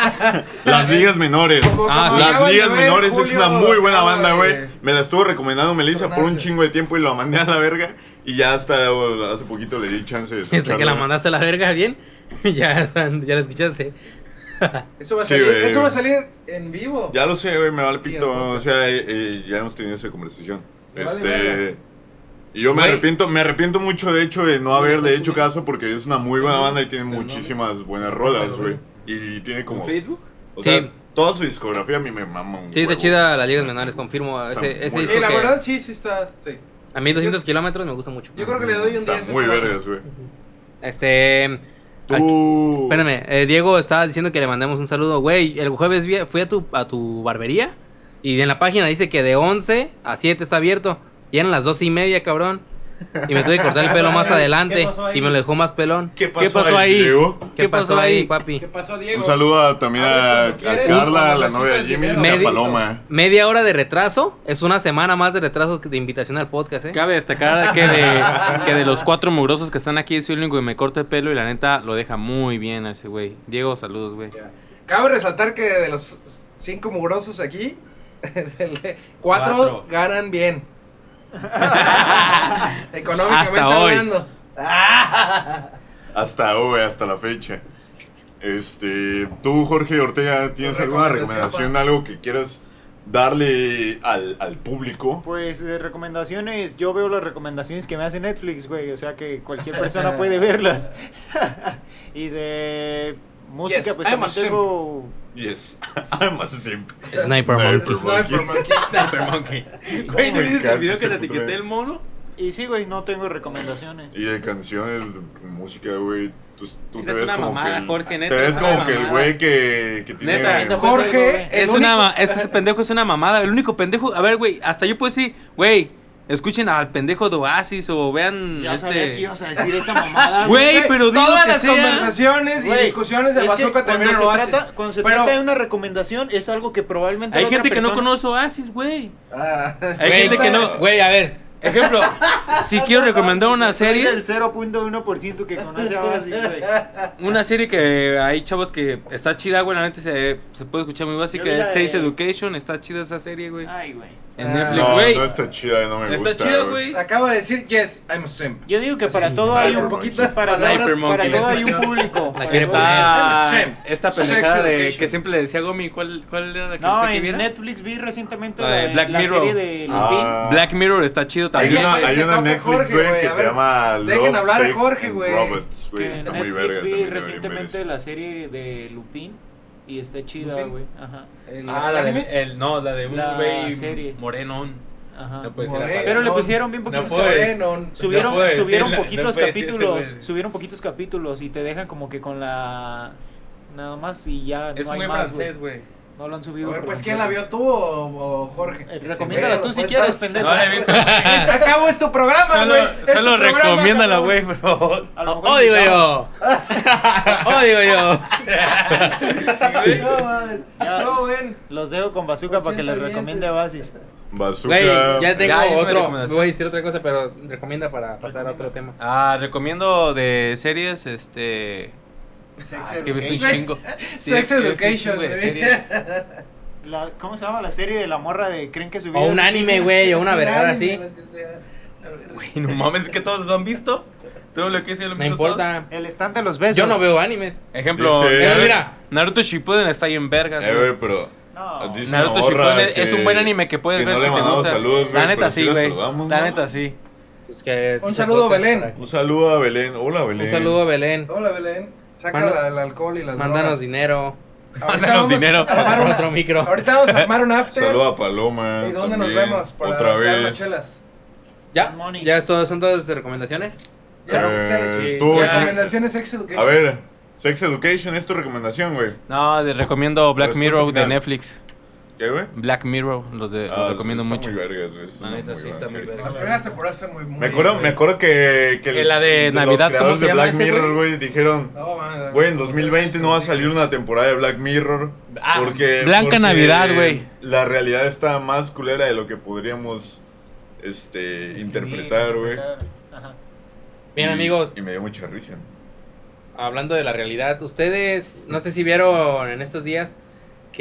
[LAUGHS]
Las ligas menores.
como-
Ah,
como
sí.
Las
acaban de
ligas
ver,
menores es
Julio Ah,
una muy buena
acaba
banda,
de-
güey. Me la estuvo recomendando Melissa por un
Tornarse.
chingo de tiempo y la mandé a la verga. Y ya hasta o, hace poquito le di chance de
Desde que la
escucharla.
mandaste a la verga bien, [LAUGHS] ya, ya la escuchaste.
Eso va a
Sí,
salir,
güey.
eso va a salir en vivo.
Ya lo sé, güey, me vale
Bien,
pito. O
podcast.
sea, eh, eh, ya hemos tenido esa conversación.
Me vale
Este.
verga.
Y yo me
Güey.
arrepiento, me arrepiento mucho de hecho de no haberle hecho caso porque es una muy buena banda y tiene
Perdón.
muchísimas buenas rolas, güey. Y tiene como.
Facebook?
O sea,
Sí.
toda su discografía a mí me mama un
Sí, está
huevo.
chida las ligas menores, confirmo.
Está
Ese, ese
muy
disco
Sí, Eh, la
que
verdad sí, sí está. Sí.
a 1200 kilómetros me gusta mucho.
Yo creo que le doy un 10.
Está muy vergas, güey.
Este. aquí-
Tú.
espérame, eh, Diego estaba diciendo que le mandemos un saludo. Güey, el jueves vi- fui a tu, a tu barbería y en la página dice que de 11 a 7 está abierto. Y eran las 2 y media, cabrón. Y me tuve que cortar el pelo más
¿Qué
adelante
pasó ahí?
y me lo dejó más pelón.
¿Qué
¿Qué pasó ahí?
Diego?
¿Qué, pasó, ahí, papi?
¿Qué pasó, Diego?
Un saludo a- también a,
Hablas
a
cuando quieres,
Carla,
cuando
la
necesitas
novia de Jimmy,
dinero.
y a
Medi-
Paloma.
Media hora de retraso es una semana más de retraso que- de invitación al podcast, ¿eh?
Cabe destacar que de, que de los cuatro mugrosos que están aquí, soy el único que me corta el pelo y la neta lo deja muy bien a ese güey. Diego, saludos, güey.
Ya. Cabe resaltar que de los cinco mugrosos aquí, [LAUGHS] cuatro,
Cuatro. [LAUGHS]
ganan bien. Económicamente
Hasta hoy.
hablando.
Hasta hoy, hasta la fecha. Este, tú, Jorge Ortega, ¿tienes alguna
Recomendación,
recomendación, algo que quieras darle al, al público?
Pues eh, recomendaciones, yo veo las recomendaciones que me hace Netflix, güey, o sea que cualquier persona puede verlas. [LAUGHS] y de música,
Yes,
pues
I'm a
también tengo
[LAUGHS] Yes, I'm a simp.
Sniper Monkey.
Sniper Monkey.
[LAUGHS] Sniper Monkey.
Güey, ¿no Me viste el encanta video que ese te puto etiqueté güey. el
mono?
y sí, güey, no tengo recomendaciones.
Y de canciones, música, güey. Tú, tú te
Eres
ves
una
como
mamada,
que el,
Jorge, neta,
te ves
eres
como
una
que el
mamada.
güey que, que tiene
Neta.
Jorge,
Pues
Jorge, el
Es una,
único-
ma- es- ese pendejo es una mamada. El único pendejo. A ver, güey, hasta yo puedo decir, güey, escuchen al pendejo de Oasis o vean
Ya sabía que
este.
ibas a decir
[LAUGHS]
esa mamada.
Güey, pero digo
Todas
que
las
sea.
conversaciones pues, y
Güey,
discusiones de
es que
bazooka
cuando
también
se
lo haces.
trata, cuando se
Pero-
trata de una recomendación es algo que probablemente
Hay
la otra
gente que no
persona-
conoce Oasis, güey.
Ah,
Hay
Güey,
gente que no.
Güey, a ver.
Ejemplo, si quiero recomendar una
Soy
serie,
del 0.1% que conoce a Oasis, güey.
una serie que hay chavos que está chida, güey, la neta se, se puede escuchar muy básica,
Yo vi la
es Sex
de-
Education, está chida esa serie, güey.
Ay, güey.
En
Ah.
Netflix,
No,
güey.
no está chida, no me
Está
gusta.
chida, güey.
Acabo de decir, yes, I'm a simp.
Yo digo que para
Sí,
todo
sí.
hay
Sniper
un
Monkey.
poquito para
Sniper
palabras,
Monkey.
para todo hay un público.
La
para
quiere
todo.
Shame.
Está esta pendejada
Sex
de
Education.
que siempre le decía a Gomi, ¿cuál, cuál era la que
No,
decía que
en
viera?
Netflix vi recientemente
La
la,
de Black
la
Mirror.
serie de Lupin.
Ah.
Black Mirror está chido
Hay
también.
una,
Dejen-
hay
dejen
una
toque a
Netflix,
Jorge,
güey,
güey,
que
a
se
ver.
llama
Dejen
Love,
hablar a
Sex
Jorge,
and
güey.
Robots, güey.
que en
Está muy verga.
Netflix vi
también,
recientemente
deberían ver
la serie de Lupin y está chida,
Lupin.
güey. Ajá.
El
Ah, la
anime.
de, el, no, la de un
La
güey
serie.
morenón.
Ajá.
No puedes
Moreno.
Pero le
no,
pusieron bien poquitos
no puedes.
capítulos.
Lennon.
Subieron,
No puedes
subieron
decirla,
poquitos
no puedes
capítulos,
decirse, güey.
subieron poquitos capítulos y te dejan como que con la nada más y ya
Es
no
un
hay
güey
más, güey.
francés, güey.
No lo han
A
subido.
ver,
por
pues,
completo.
¿quién la vio tú o, o Jorge?
Eh, recomiéndala tú si
Pues,
quieres,
está-
pendejo.
No la he visto.
Este Acabo es tu programa,
Solo,
güey. Es
solo
tu programa,
recomiéndala,
cabrón.
güey, por favor.
A lo mejor
Oh, digo
invitamos-
yo. Oh, digo yo. [LAUGHS]
No, mames.
Ya.
No, ven.
Los dejo con
Pues,
Bazooka para que les
Ochenta
recomiende Oasis.
Bazooka.
Güey, ya tengo
Ya, es mi
otro.
recomendación.
Voy a decir otra cosa, pero recomienda para pasar a otro tema.
Ah, recomiendo de series, este... Ah, es que he visto un
Education.
chingo.
Sex
he visto un
Education,
chingo de
güey.
series.
La- ¿Cómo se llama la serie de la morra de creen que su vida
O
es
un anime,
difícil?
güey, o una verdad
Unánime,
así.
lo que sea. A ver.
Güey, no mames, es que todos lo han visto. Todo lo que hice yo lo han
No
visto
importa.
El stand de los besos.
Yo no veo animes.
todos. Ejemplo,
Dice-
Naruto-
Pero mira.
Naruto Shippuden está ahí en vergas,
Eh,
güey.
güey, pues, pero.
No.
Ah, Dice
Naruto
una morra
Shippuden es, es un
que-
buen anime que puedes
que
ver
no
si
le
te
mandamos
gusta.
saludos, güey,
la
pero
neta
sí
sí,
la
güey.
saludamos,
La
¿no?
neta sí.
Pues que escucha
saludo a
podcast
Belén.
para que-
Un saludo a Belén. Hola, Belén.
Un saludo a Belén.
Hola, Belén. Saca
Manda-
la- el alcohol y las
Mándanos
drogas. [LAUGHS]
dinero.
Ahorita
Mándanos
vamos a
dinero.
armar un-
Otro micro.
Ahorita vamos a armar un after.
Saludo a Paloma.
¿Y dónde nos
también,
vemos? Para
Otra
echar
vez.
machelas.
¿Ya?
San Moni.
¿Ya eso- son todas tus recomendaciones?
Ya,
Eh,
sí.
tú,
Ya.
Recomendaciones Sex Education.
A ver, Sex Education es tu recomendación, güey.
No, te recomiendo Black
Respuesta
Mirror de
final.
Netflix.
¿Qué, güey?
Black Mirror, lo, de- lo
Ah,
recomiendo
está
mucho.
Muy vergas, güey. Es
La
una
neta,
muy
sí
buena
está muy
serie.
verga.
Las primeras temporadas están muy muy
Me acuerdo, me acuerdo que,
Que la de
los
Navidad, ¿cómo
creadores
se
de
llama
Black
ese,
Mirror,
güey?
güey, dijeron,
No, man,
güey, en 2020 no va a salir una temporada de Black Mirror
Ah,
porque
Blanca
porque
Navidad, güey.
La realidad está más culera de lo que podríamos este interpretar, güey.
Ajá.
Bien,
Y-
amigos,
Y me dio mucha risa.
hablando de la realidad, ustedes, no sé si vieron en estos días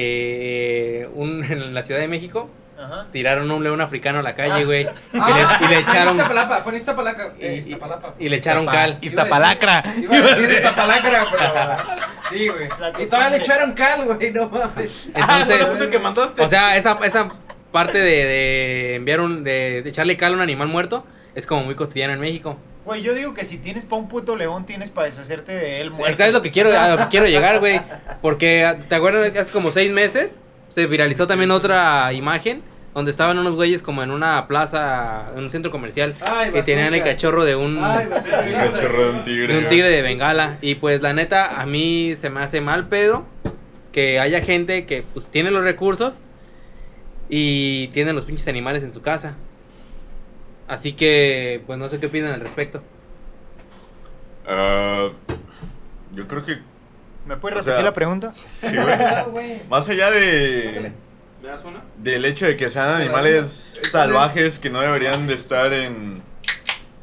que un, [LAUGHS] en la Ciudad de México
Ajá.
tiraron un león africano a la calle, güey.
Ah,
y, le, y le echaron.
Fue en Iztapalapa, fue en Iztapalaca.
Y,
eh,
y-
Iztapalapa.
y le echaron cal.
Ah, Iztapalacra.
Iba a decir Iztapalacra, pero. Sí, güey.
La
Y todavía le
costumbre.
echaron cal, güey, no mames.
Ah, fue
Entonces,
la foto que mandaste.
o sea, esa, esa parte de, de enviar un. De, de echarle cal a un animal muerto es como muy cotidiano en México.
Güey, yo digo que si tienes pa' un puto león, tienes para deshacerte de él, muerto.
¿Sabes lo que quiero, a lo que quiero llegar, güey? Porque, ¿te acuerdas? Hace como seis meses se viralizó también otra imagen donde estaban unos güeyes como en una plaza, en un centro comercial,
Ay,
que tenían el
bazooka.
cachorro de un,
Ay, basura,
El
hijo de-
cachorro de un tigre.
de un tigre de bengala. Y pues la neta, a mí se me hace mal pedo que haya gente que pues tiene los recursos y tiene los pinches animales en su casa. Así que, pues no sé qué opinan al respecto.
Ah, yo creo que
¿Me puedes
O
repetir
sea-
la pregunta?
sí,
[LAUGHS]
güey.
Ah, güey.
Más allá de
¿Me das una?
del hecho de que sean animales salvajes que no deberían de estar en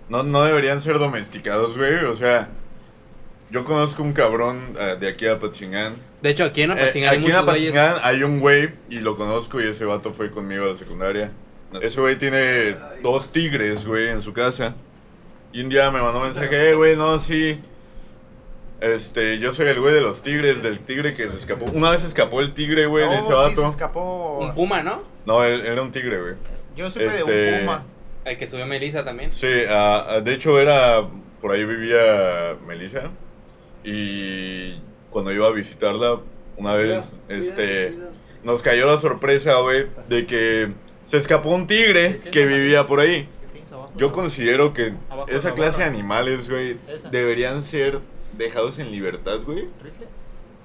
no no deberían ser domesticados, güey, o sea, yo conozco un cabrón ah, de aquí a Patzingán.
De hecho, aquí en
Eh,
Apatzingán hay
aquí en
muchos güeyes.
Apatzingán hay un güey y lo conozco y ese vato fue conmigo a la secundaria. Ese güey tiene dos tigres, güey, en su casa. Y un día me mandó un mensaje, "Eh, güey, no, sí. Este, yo soy el güey de los tigres, del tigre que se escapó. Una vez escapó el tigre, güey, de ese
No, sí, se
vato.
escapó.
Un puma, ¿no?
No, él- era un tigre, güey.
Yo supe de
Este-
un puma.
El que subió Melissa también.
Sí, ah, ah, de hecho era, por ahí vivía Melissa y cuando iba a visitarla una vez, este, nos cayó la sorpresa, güey, de que se escapó un tigre que vivía por ahí.
¿Qué tienes abajo?
Yo considero que
Abajo de
esa
la
clase de
barra.
animales, güey,
Esa.
deberían ser dejados en libertad, güey.
¿Rifle?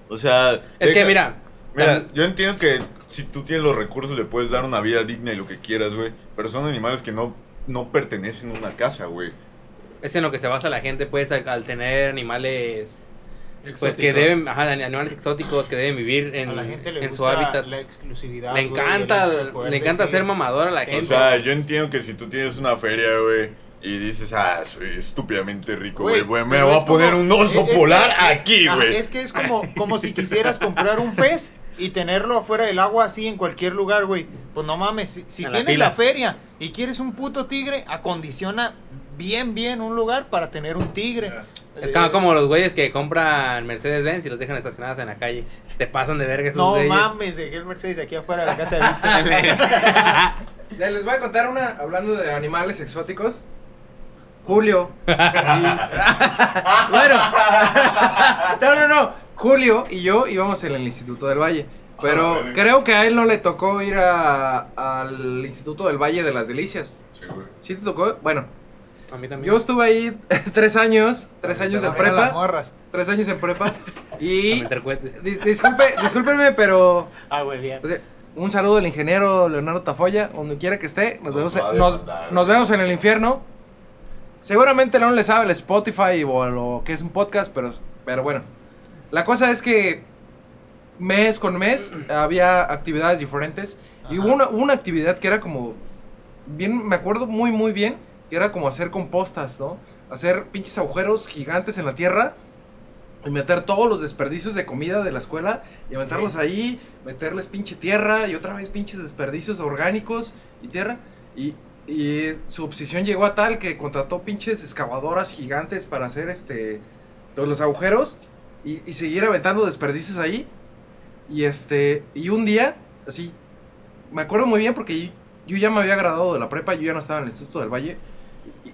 O sea,
Es que
deja-
mira,
Mira,
tam-
yo entiendo que si tú tienes los recursos le puedes dar una vida digna y lo que quieras, güey. Pero son animales que no, no pertenecen a una casa, güey.
es en lo que se basa la gente, pues, al, al tener animales, pues, que deben, ajá, ani- animales exóticos que deben vivir en,
a la gente le
en
gusta
su hábitat.
la exclusividad.
le
güey,
encanta,
el hecho de poder
le encanta
decir-
ser mamador a la
O
gente.
sea, yo entiendo que si tú tienes una feria, güey, y dices, ah, soy estúpidamente rico, güey, güey, me
pero
voy
es
a poner
como-
un oso
es- es-
polar
es-
aquí,
ajá,
güey.
Es que es como, como si quisieras comprar un pez y tenerlo afuera del agua así en cualquier lugar, güey. Pues no mames, si, si
A la
tienes
pila.
la, feria y quieres un puto tigre, acondiciona bien, bien un lugar para tener un tigre. Eh,
Es como- como los güeyes que compran Mercedes-Benz y los dejan estacionados en la calle. Se pasan de verga esos
No
güeyes.
mames, dejé el Mercedes aquí afuera de
[LAUGHS]
la casa de Víctor.
Ya, Les voy a contar una, hablando de animales exóticos. Julio. y- [LAUGHS] bueno. [LAUGHS] no, no, no. Julio y yo íbamos en el Instituto del Valle. Pero
Ah, ok.
creo que a él no le tocó ir a- al Instituto del Valle de las Delicias.
Sí, güey.
¿Sí te tocó? Bueno,
A mí también.
yo estuve ahí [LAUGHS] tres años, tres años en
Pero mira las
prepa,
morras.
tres años en prepa.
A [LAUGHS]
Y
meter cohetes.
dis- disculpe, discúlpenme, pero
Ah, güey, bien.
o
Pues,
sea, un saludo del ingeniero Leonardo Tafoya, donde quiera que esté.
Nos
Nos, vemos,
va a
en, nos,
demandar.
nos vemos en el infierno. Seguramente León le sabe el Spotify o lo que es un podcast, pero, pero bueno. La cosa es que mes con mes había actividades diferentes. Y
Ajá.
hubo una, hubo una actividad que era como. Bien, me acuerdo muy, muy bien. Que era como hacer compostas, ¿no? Hacer pinches agujeros gigantes en la tierra. Y meter todos los desperdicios de comida de la escuela y aventarlos ahí, meterles pinche tierra y otra vez pinches desperdicios orgánicos y tierra. Y, y su obsesión llegó a tal que contrató pinches excavadoras gigantes para hacer este los, los agujeros y, y seguir aventando desperdicios ahí. Y este y un día, así, me acuerdo muy bien porque yo, yo ya me había graduado de la prepa, yo ya no estaba en el Instituto del Valle.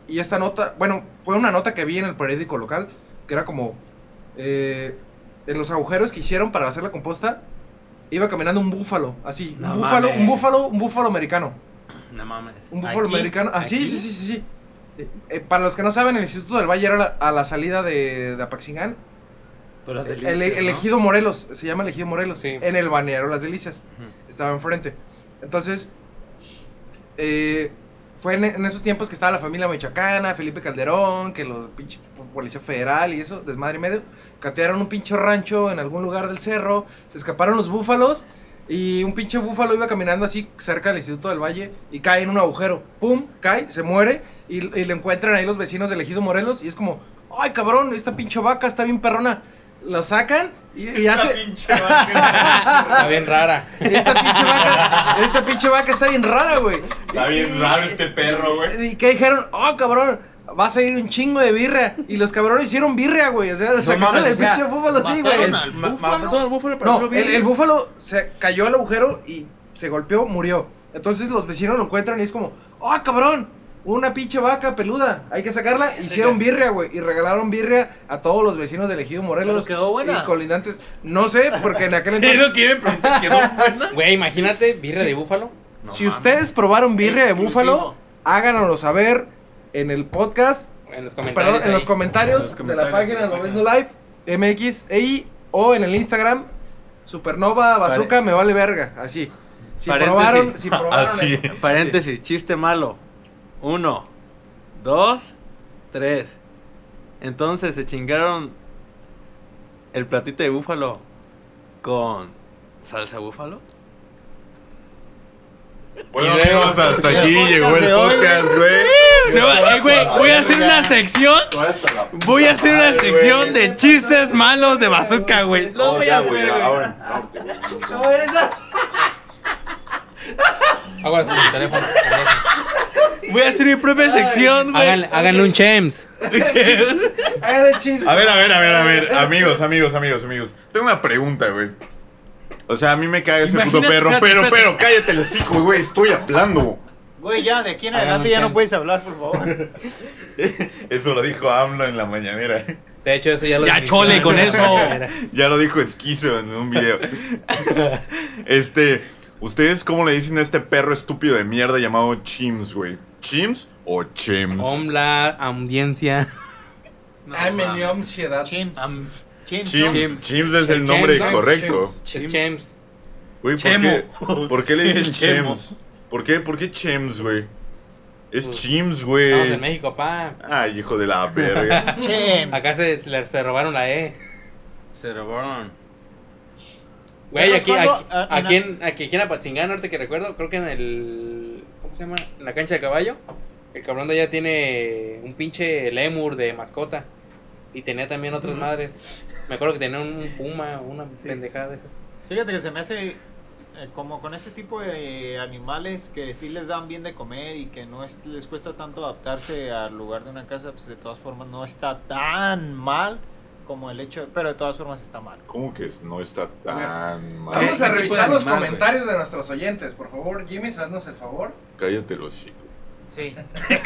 Y, y esta nota, bueno, fue una nota que vi en el periódico local que era como... eh, en los agujeros que hicieron para hacer la composta, iba caminando un búfalo, así,
No
un búfalo, un
mames.
búfalo, un búfalo americano.
No [LAUGHS] mames.
Un búfalo
Aquí,
americano. Ah, sí,
aquí.
sí, sí, sí, sí. Eh, eh, para los que no saben, el Instituto del Valle era la- a la salida de, de Apaxingán.
Pero las
El,
delicias,
el- el
¿no?
ejido Morelos, se llama el ejido Morelos.
Sí.
En el baneadero Las Delicias. Estaba enfrente. Entonces, eh, fue en, en esos tiempos que estaba la familia michoacana, Felipe Calderón, que los pinche po- policía federal y eso, desmadre y medio. Catearon un pinche rancho en algún lugar del cerro, se escaparon los búfalos y un pinche búfalo iba caminando así cerca del Instituto del Valle y cae en un agujero. ¡Pum! Cae, se muere y, y lo encuentran ahí los vecinos del ejido Morelos y es como, ¡ay cabrón! Esta pinche vaca está bien perrona. Lo sacan y, y hace...
pinche vaca.
Está bien rara.
Esta pinche vaca, esta pinche vaca está bien rara, güey.
Está bien raro este perro, güey.
¿Y qué dijeron? Oh, cabrón, va a salir un chingo de birria. Y los cabrones hicieron birria, güey. O sea, sacaron
mames,
el
o sea,
pinche búfalo así, güey.
Mataron al ma-
búfalo.
mataron al búfalo para
No,
hacerlo
el,
bien.
el búfalo se cayó al agujero y se golpeó, murió. Entonces los vecinos lo encuentran y es como, oh, cabrón, una pinche vaca peluda, hay
[LAUGHS]
que sacarla. Hicieron birria, güey, y regalaron birria a todos los vecinos del Ejido Morelos.
Pero quedó buena.
Y colindantes. No sé, porque en aquel
[LAUGHS] Sí, es
entonces...
lo que yo me pregunté, ¿quedó buena?
Güey, imagínate, birra de búfalo.
No
si
mames.
ustedes probaron birria
Exclusivo.
de búfalo, háganoslo saber en el podcast,
En los comentarios.
perdón, en los
ahí.
comentarios,
En los
de la
comentarios
página
de
de
la
Lo Ves No Live, MX, EI, o en el Instagram, Supernova Bazooka, me vale verga, así. Si
Paréntesis. [LAUGHS]
probaron, si probaron.
Así.
Paréntesis, chiste malo. Uno, dos, tres. Entonces se chingaron el platito de búfalo con salsa búfalo.
Bueno,
Y luego-
amigos, hasta aquí
podcast
llegó el
de hoy,
podcast, güey.
No, eh, güey, voy a hacer una sección.
Todo hasta la p-
Voy a hacer una
Ay, güey.
sección de chistes malos de bazooka, güey.
No,
voy
ya,
a
güey,
hacer, güey.
ahora, norte, güey.
No, eres a-
Aguas con el teléfono.
Voy a hacer mi propia sección,
Háganle,
güey.
háganle un chems.
eres chino.
A ver, a ver, a ver, a ver. Amigos, amigos, amigos, amigos. Tengo una pregunta, güey. O sea, a mí me cae ese puto
Imagínate,
perro,
espérate,
pero, pero,
espérate.
cállate el hocico, güey, estoy hablando.
Güey, ya, de aquí en
Hagan
adelante
un
ya no
chance.
puedes hablar, por favor.
Eso lo dijo AMLO en la mañanera.
De hecho, eso ya lo
Ya
dijiste.
chole con eso.
[LAUGHS]
Ya lo dijo esquizo en un video. Este, ¿ustedes cómo le dicen a este perro estúpido de mierda llamado Chims, güey? ¿Chims o Chims?
Homla, audiencia.
Ay, me dio ansiedad.
Chimps.
Ams-
Chimps. ¿no?
Chims, Chims es el nombre
Chims, ¿no?
correcto.
Es chems.
Güey, ¿por
Chemo.
qué, por qué le dicen
El chemo.
Chims? ¿Por qué, por qué Chims, güey? Es
Pues,
Chims,
Estamos en
güey.
México, pa.
Ay, hijo de la
[LAUGHS]
verga.
Chimps.
Acá se, se le- se robaron la E.
Se robaron.
Güey,
Carlos,
aquí,
¿cuándo?
aquí,
Ah, en
aquí, en, aquí, aquí en Apatzingán, ahorita que recuerdo, creo que en el. ¿Cómo se llama? En la cancha de caballo. El cabrón de allá tiene un pinche lemur de mascota. Y tenía también otras madres. Me acuerdo que tenía un, un puma, una pendejada de esas.
Fíjate que se me hace eh, como con ese tipo de animales que sí les dan bien de comer y que no es- les cuesta tanto adaptarse al lugar de una casa, pues de todas formas no está tan mal como el hecho, pero de todas formas está mal.
¿Cómo que no está tan mal?
Vamos a
¿Qué tipo
revisar
de
los
animal,
comentarios de nuestros oyentes, por favor. Jimmy, haznos el favor.
Cállate el hocico.
Sí.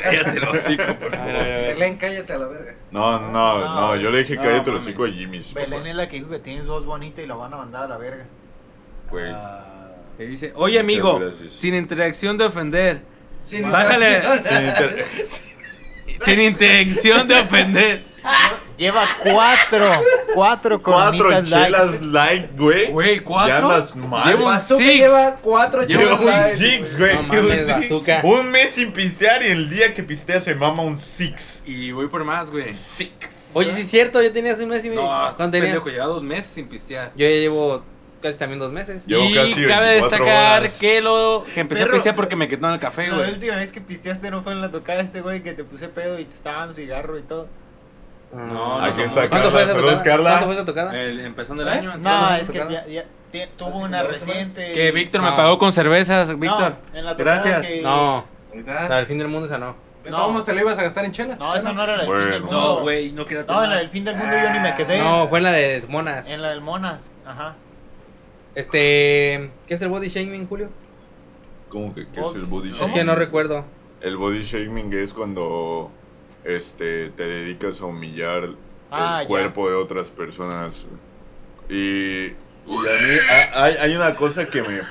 Cállate el hocico, [LAUGHS] por
A ver, a
favor.
ver, a ver.
Belén, cállate a la verga.
No, no, no,
No,
no, yo le dije
no,
cállate el
mames.
hocico a Jimmy. su
[LAUGHS] Belén
papá,
es la que dijo que tienes voz bonita y la van a mandar a la verga.
Güey.
Le dice, oye amigo,
Muchas gracias.
sin interacción de ofender,
Sin
Bájale.
interacción.
Sin inter-
sin intención de ofender.
Lleva cuatro,
Cuatro
cuatro coronitas light.
chelas light, güey.
Güey, ¿cuatro?
Ya andas mal.
Llevo un
Bazooka
six.
lleva cuatro
Llevo
chelas
un
light,
six,
[LAUGHS]
güey.
güey.
No mames,
Un six.
bazooka.
Un mes sin pistear y el día que pistea se mama un six.
Y voy por más, güey.
Six.
Oye, sí es cierto, yo tenía hace un mes y medio.
No,
¿Cuánto
tenías?
tenías?
pendejo, llevaba dos meses sin pistear.
Yo ya llevo casi también dos meses.
Llevo
y
casi
cabe
24
destacar
horas.
que lo que empecé
Perro.
a pistear porque me quedó en el café,
[LAUGHS] La
güey.
última vez que pisteaste no fue en la tocada de este güey que te puse pedo y te estaba dando cigarro y todo.
No,
Aquí
no,
está
no.
¿Cuánto
Carla.
fue esa
Saludos,
tocada? ¿Cuánto fue
Carla.
esa tocada?
El- empezando el
¿Eh?
año.
No, eh,
entonces,
es que
tocaron?
ya, ya te- tuvo
como
una
dos semanas.
reciente.
Que Víctor me
No.
pagó con cervezas, Víctor.
No, en la tocada
Gracias.
que-
No,
Ahorita.
hasta el fin del mundo esa no.
De
No.
todos modos te lo ibas a gastar en chela.
No, esa no era la del fin del
Bueno.
mundo.
No, güey, no quería
No,
tomar.
en la del fin del mundo yo ni me quedé.
No, fue en la de monas.
En la del Monas. Ajá.
Este, ¿qué es el body shaming, Julio?
¿Cómo que qué es el body
Es que
¿Cómo?
shaming?
no recuerdo.
El body shaming es cuando este, te dedicas a humillar
Ah,
el
ya.
cuerpo de otras personas. Y, y a mí a- hay, hay una cosa que me...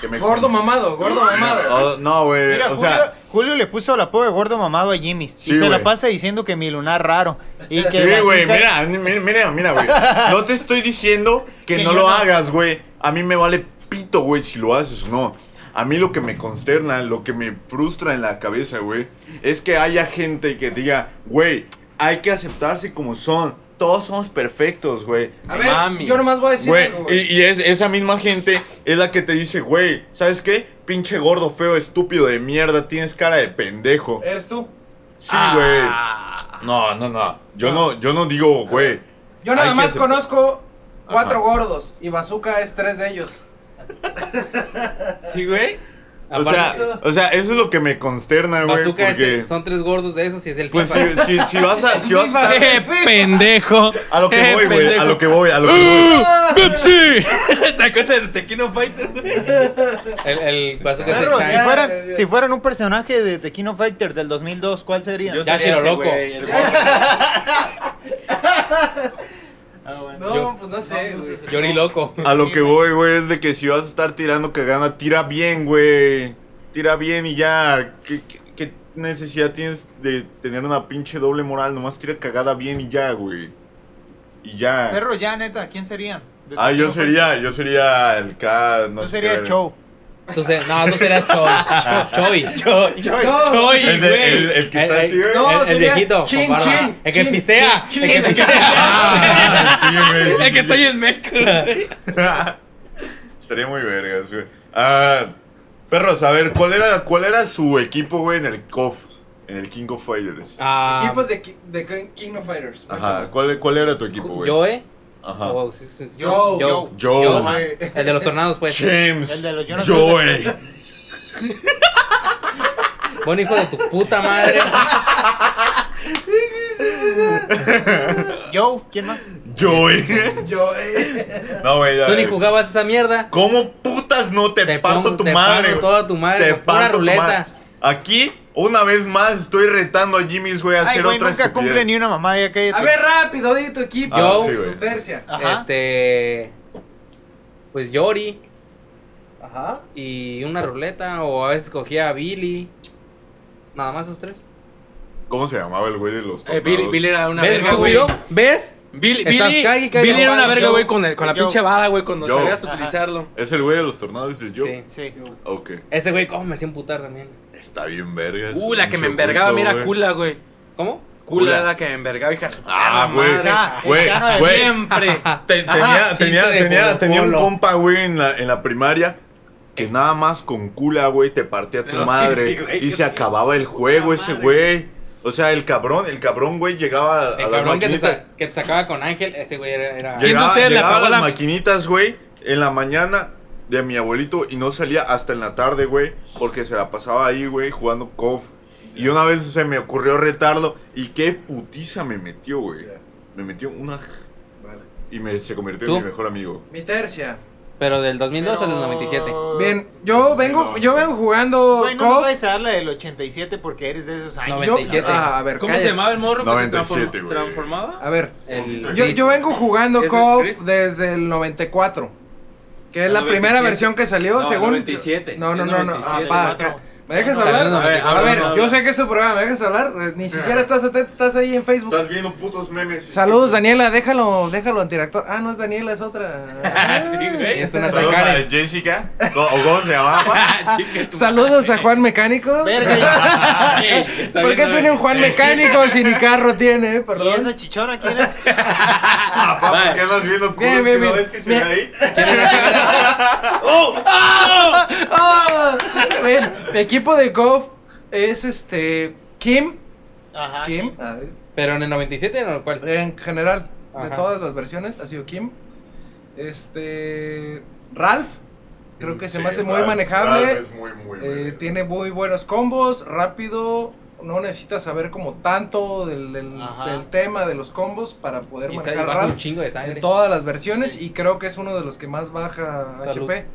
Que me
Gordo mamado, gordo mamado.
Oh, no, güey.
Mira,
O
Eh,
Julio,
sea,
Julio Julio le puso la apodo de gordo mamado a Jimmy.
Sí,
y se
güey.
la pasa diciendo que mi lunar raro. Y que
Sí,
las
güey,
hijas-
mira, mira, mira, mira, [LAUGHS] güey. No te estoy diciendo que,
Que
no
yo
lo
no-
hagas, güey. A mí me vale pito, güey, si lo haces o no. A mí lo que me consterna, lo que me frustra en la cabeza, güey, es que haya gente que diga, güey, hay que aceptarse como son. Todos somos perfectos, güey.
A ver,
Mami.
yo nomás voy a decir
Güey,
algo, güey.
y, y es, esa misma gente es la que te dice, güey, ¿sabes qué? Pinche gordo, feo, estúpido de mierda, tienes cara de pendejo.
Eres tú.
Sí, güey. No, no, no. Yo no, yo no digo, güey.
Yo nada
Hay que
más
aceptar-
conozco cuatro
Ajá.
gordos y Bazooka es tres de ellos.
Sí, güey.
O sea, o sea, eso es lo que me consterna, güey.
Bazooka es
Porque,
el- son tres gordos de esos y es el
pues,
FIFA.
si, si, si vas a... Si vas a,
[LAUGHS] ¡Qué pendejo!
a lo que
Eh,
¡Qué
voy, güey. A
pendejo!
lo que voy, a lo que
¡Uh!
voy.
¡Pepsi! [LAUGHS] ¿Te acuerdas de Tequino Fighter,
El, el bazooka es el
Perro, si
Shine.
fueran, si fueran un personaje de The King of Fighter del 2002, ¿cuál sería?
Ya,
sería ese,
Shiroloco.
güey, el gordo.
[LAUGHS]
Ah, bueno.
No,
Yo-
pues no sé, güey.
Yori loco.
A lo que voy, güey, es de que si vas a estar tirando cagada, tira bien, güey. Tira bien y ya. ¿Qué, qué, qué necesidad tienes de tener una pinche doble moral? Nomás tira cagada bien y ya, güey. Y ya.
Perro, ya, neta, ¿quién serían? De
ah,
The
yo
King of
sería, yo sería el K, no
Fighter. Tú
sé
serías
qué. [LAUGHS]
Show.
Tú se- no, tú serás Choi. Choi.
No,
Choy,
El, de-
güey.
el- el que está
Eh,
así, güey. [LAUGHS]
no,
el, el
sería
viejito.
Chin,
con barba.
Chin,
el que
Chin,
pistea.
Chin,
el que
Chin. [LAUGHS]
pistea.
Ah, Sí, güey.
El que está ahí en Meca.
[LAUGHS] Estaría muy vergas, güey. Ah, perros, a ver, ¿cuál era, cuál era su equipo, güey, en el COF? En el King of Fighters.
Ah,
Equipos de, Ki- de King of Fighters.
Ajá, ¿cuál, cuál era tu equipo, güey?
Joe.
Ajá.
o- sí, sí, sí, Joe.
Yo, yo.
Joe.
eh. Oh. Yo,
Ajá.
El de los tornados, pues.
James.
[LAUGHS]
eh,
El de los Jonas
Joey.
Bueno, hijo de tu puta
[LAUGHS]
madre.
eh.
Yo, ¿quién más?
Joey.
[LAUGHS] Yo, eh.
[LAUGHS] No, güey, ya.
Tú ni
güey.
jugabas esa mierda.
¿Cómo putas no te, parto
pongo-
tu
te
madre?
parto
güey?
toda tu madre.
Te
con pura
parto tu
ruleta.
madre. Aquí, una vez más, estoy retando a Jimmy's, güey, a
Ay,
hacer
güey,
otra
nunca cumple
estupidez.
ni una mamá, ya cállate.
A ver, rápido, di tu equipo.
Ah,
sí,
güey.
tu tercia.
Ajá.
Este. Pues Yori.
Ajá.
Y una ruleta. O a veces cogía a Billy. Nada más esos tres.
¿Cómo se llamaba el güey de los
Eh,
tornados?
Bill, Bill era una
¿Ves,
verga, güey.
estúpido? ¿Ves?
Bill,
Estás
Billy,
cague y cague.
Billy era
No,
una verga,
yo-
güey, con, el- con la
yo.
pinche bala, güey, cuando
Yo.
sabías
Ajá.
utilizarlo.
¿Es el güey de los tornados de yo?
Sí.
Sí.
Ok.
Ese güey, ¿cómo me hacía emputar también?
Está bien vergas.
Uh, la que me envergaba, mira, Kula, güey.
¿Cómo?
Kula
Kula.
era la que me envergaba, hija de su
Ah,
perra
güey.
madre.
Ah, el
Güey,
[LAUGHS]
cano de
güey.
Siempre.
Te-
Ajá,
tenía, tenía,
chiste de
tenía,
polo,
tenía un
polo.
compa, güey, en la, en la primaria. Que nada más con Kula, güey, te partía tu
Pero sí,
madre.
sí, güey,
y
qué
se
tío.
acababa el juego
Puta
ese,
madre.
güey. O sea, el cabrón, el cabrón, güey, llegaba a, a
El
las
cabrón que te,
maquinitas.
sa- que te sacaba con Ángel, ese güey era. era-
¿Quién de
Llegaba,
ustedes le
llegaba a
apagó
las
la-
maquinitas, güey, en la mañana de mi abuelito y no salía hasta en la tarde, güey, porque se la pasaba ahí, güey, jugando COF. Y una vez se me ocurrió retardo y qué putiza me metió, güey. Me metió una...
Vale.
Y me, se convirtió
¿Tú?
en mi mejor amigo.
Mi tercia.
Pero del 2002 al del 97.
Bien, yo vengo, yo vengo jugando
Güey, no
COF.
nos vayas a dar la del 87 porque eres de esos años.
Yo-
97.
ah, a ver,
¿Cómo
cállate.
se llamaba el morro que se
97,
transform-
güey.
transformaba?
A ver,
El-
yo, yo vengo jugando
¿Ese es
COF
Chris?
desde el 94. Que es
El
la
97.
primera versión que salió,
No, el
según.
97,
No, no,
el
no, no.
97.
Ah, pa, acá. ¿Me dejas
No,
hablar?
no,
A ver,
no, no, no, no.
yo sé que es tu programa, ¿me dejas hablar? Eh, Ni siquiera estás atento, estás ahí en Facebook.
Estás viendo putos memes.
Saludos, Daniela, déjalo, déjalo interactuar. Ah, no es Daniela, es otra.
[LAUGHS] Ah, Sí, güey.
Es una
Saludos a
Karen.
Jessica. ¿O o cómo se llamaba?
[LAUGHS] Ah, chica, tu
Saludos a
madre.
Juan Mecánico. ¿Eh?
Verga,
Ah, sí, [LAUGHS] está
¿Por qué
viendo, eh.
tiene un
güey.
Juan Mecánico si ni carro tiene? eh?
¿y
Perdón.
esa chichona quién es?
Ah,
Papá,
[LAUGHS]
¿por qué andas viendo culos
Bien, bien,
que no
bien.
ves que se ve
Bien.
ahí?
¡Ah! Ven, mi equipo de golf es este. Kim.
Ajá.
Kim. a ver,
Pero en el 97 no, ¿cuál?
En general, de
Ajá.
todas las versiones, ha sido Kim. Este. Ralph. Creo que se me
Sí,
hace muy
Ralph-
manejable.
Ralph es muy, muy
Eh,
vergas.
tiene muy buenos combos, rápido. No necesitas saber como tanto del, del-
Ajá.
del tema de los combos para poder
Y sa- y
manejar
baja un
Ralph
chingo de
en
sangre.
todas las versiones y creo que es uno de los que más baja
Salud.
HP.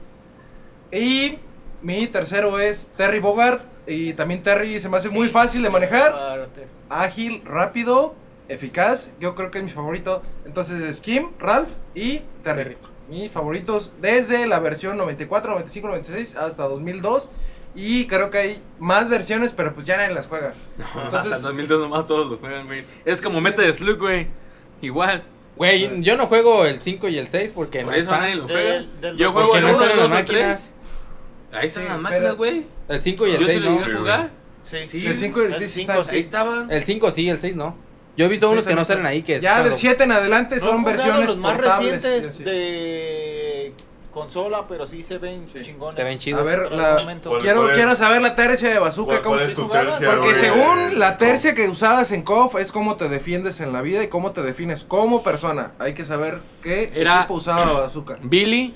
Y mi tercero es Terry Bogart y también Terry se me hace muy fácil de manejar,
Párate.
ágil, rápido, eficaz. Yo creo que es mi favorito. Entonces es Kim, Ralph y Terry.
Terry.
Mis favoritos desde la versión 94, 95, 96 hasta 2002. Y creo que hay más versiones, pero pues ya nadie las juega.
Entonces,
Entonces,
hasta 2002 nomás todos lo juegan, güey. Es como meta de Slug, güey. Igual.
Güey, yo no juego el 5 y el 6 porque
Por
no
eso
están.
nadie lo
Del-
juega.
del
Yo
dos-
juego
Porque
el
no
1,
están en
2
las
o 3.
máquinas.
Ahí están
Sí,
las máquinas,
pero-
güey.
El 5 y el
Yo sí
6
lo
no.
hice
Sí, güey.
jugar.
Sí,
Sí,
el cinco y el seis
cinco,
están-
sí.
Ahí estaban.
El 5 sí, el 6 no. Yo he visto
sí,
unos que
también
no
está-
salen ahí que
Ya
están
del
los-
7 en adelante
No he
son
jugado
versiones
los más
portables, y
recientes
así.
de consola, pero sí se ven
Sí.
chingones.
Se ven
A
chidos.
ver,
Pero
la-
de momento-
¿Cuál-
quiero,
es?
quiero saber la tercia de bazooka.
¿Cuál,
cómo
cuál
se
es tu
juega.
jugabas?
tercia,
Porque
güey? Eh,
según la tercia que usabas en KOF es cómo te defiendes en la vida y cómo te defines como persona. Hay que saber qué
Era-
equipo usaba bazooka.
Billy,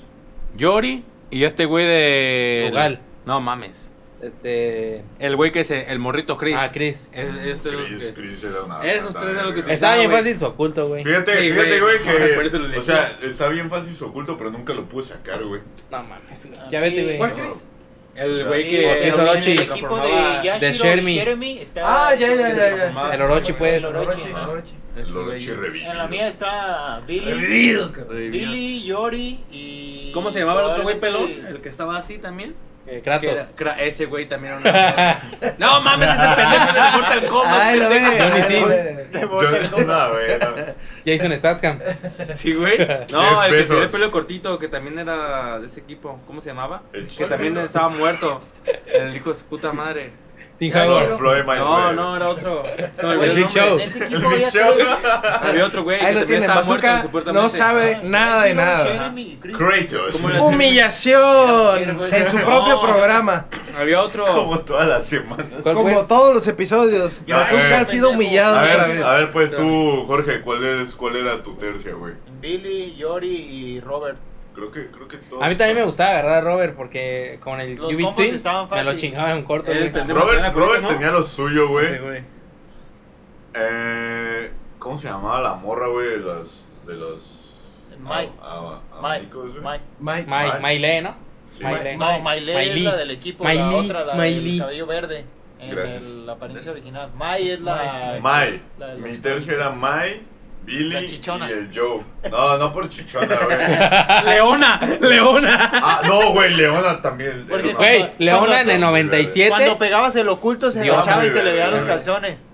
Yori y este güey de.
Rugal.
No mames.
Este.
El güey que se. El morrito Chris.
Ah, Chris.
Es- este es lo
Chris,
que-
Chris era una
Esos
banda,
tres eran los que
güey.
te-
Estaba bien
güey.
fácil su oculto, güey.
Fíjate,
Sí,
fíjate,
güey.
güey, que.
Por eso lo
o sea, está bien fácil su oculto, pero nunca lo pude sacar, güey.
No mames, güey.
A
Ya vete,
mí-
güey.
¿Cuál Chris?
El
sea,
güey
Y
que.
es
el
Orochi.
equipo de Yashiro y
Shermie.
Shermie está-
Ah, ya, ya, ya. ya,
está-
ya.
El Orochi, pues.
El Orochi.
El Orochi.
El
Ese
Orochi
güey.
revivido.
En la mía está Billy,
Revivido, cabrón.
Billy, Yori y...
¿Cómo se llamaba el otro güey pelón?
probablemente-
El que estaba así también.
Eh,
Que era-
Kratos.
cra- ese güey también era una. no mames, ese pendejo de Mortal Kombat.
Ahí lo ve. ahí lo ve.
Yo, [LAUGHS] no, güey. no.
Jason Statham.
Sí, güey. No,
Jeff
el que
Bezos.
tenía el pelo cortito, que también era de ese equipo. ¿Cómo se llamaba?
El
Que también
chino.
estaba muerto. El hijo de su puta madre.
Tim
Lord
Howard.
Floyd, my
No,
güey. [LAUGHS]
no, era otro. Se me
El
olvidó
Güey,
el
Big
nombre.
Show.
Ese
El
equipo había
show.
tres-
Había otro güey
Ahí
que
lo
también
tienen.
estaba muerto
Bazooka no
supuestamente.
sabe nada de
Yashiro,
nada.
Shermie y Chris.
Kratos.
¿Cómo lo-
Humillación
pues.
en su propio programa.
Había otro.
[LAUGHS] Como todas las semanas.
¿Cuál pues?
Como
fue?
todos los episodios,
Ya,
Bazooka
eh.
ha sido humillado
A
otra
ver,
vez.
a ver, pues tú, Jorge, ¿cuál, es, cuál era tu tercia, güey?
Billy, Yori y Robert.
Creo que, creo que todo.
A mí también me gustaba agarrar a Robert porque con el
Los
Ubit
combos
Sin
estaban
me lo
fácil.
chingaba en corto.
Era el
güey.
pendejo. Era
Robert,
correcto,
Robert
¿no?
tenía lo suyo,
Ese
güey.
güey.
Eh, ¿Cómo se llamaba la morra, güey? De los. De los
Mike.
a- a-
Ah, Mike,
abanicos, güey?
Mike.
Mike.
Mai- Maile, ¿no?
Sí.
Maile.
No, Miley,
Miley.
es la del equipo, la
Miley,
otra, la
Miley.
del cabello verde. En
Gracias.
el- la apariencia original. May es la.
Mai.
la de los-
Mi tercio era Mai, Billy
La chichona.
y el Joe. No, no por chichona, güey.
[LAUGHS] Leona, Leona.
Ah, no, güey, Leona también.
Porque-
era una-
Güey,
Cuando-
Leona en
cuando-
el 97.
Cuando pegabas el oculto se
Dios,
agachaba y se
güey,
le veían
güey,
los
güey.
calzones.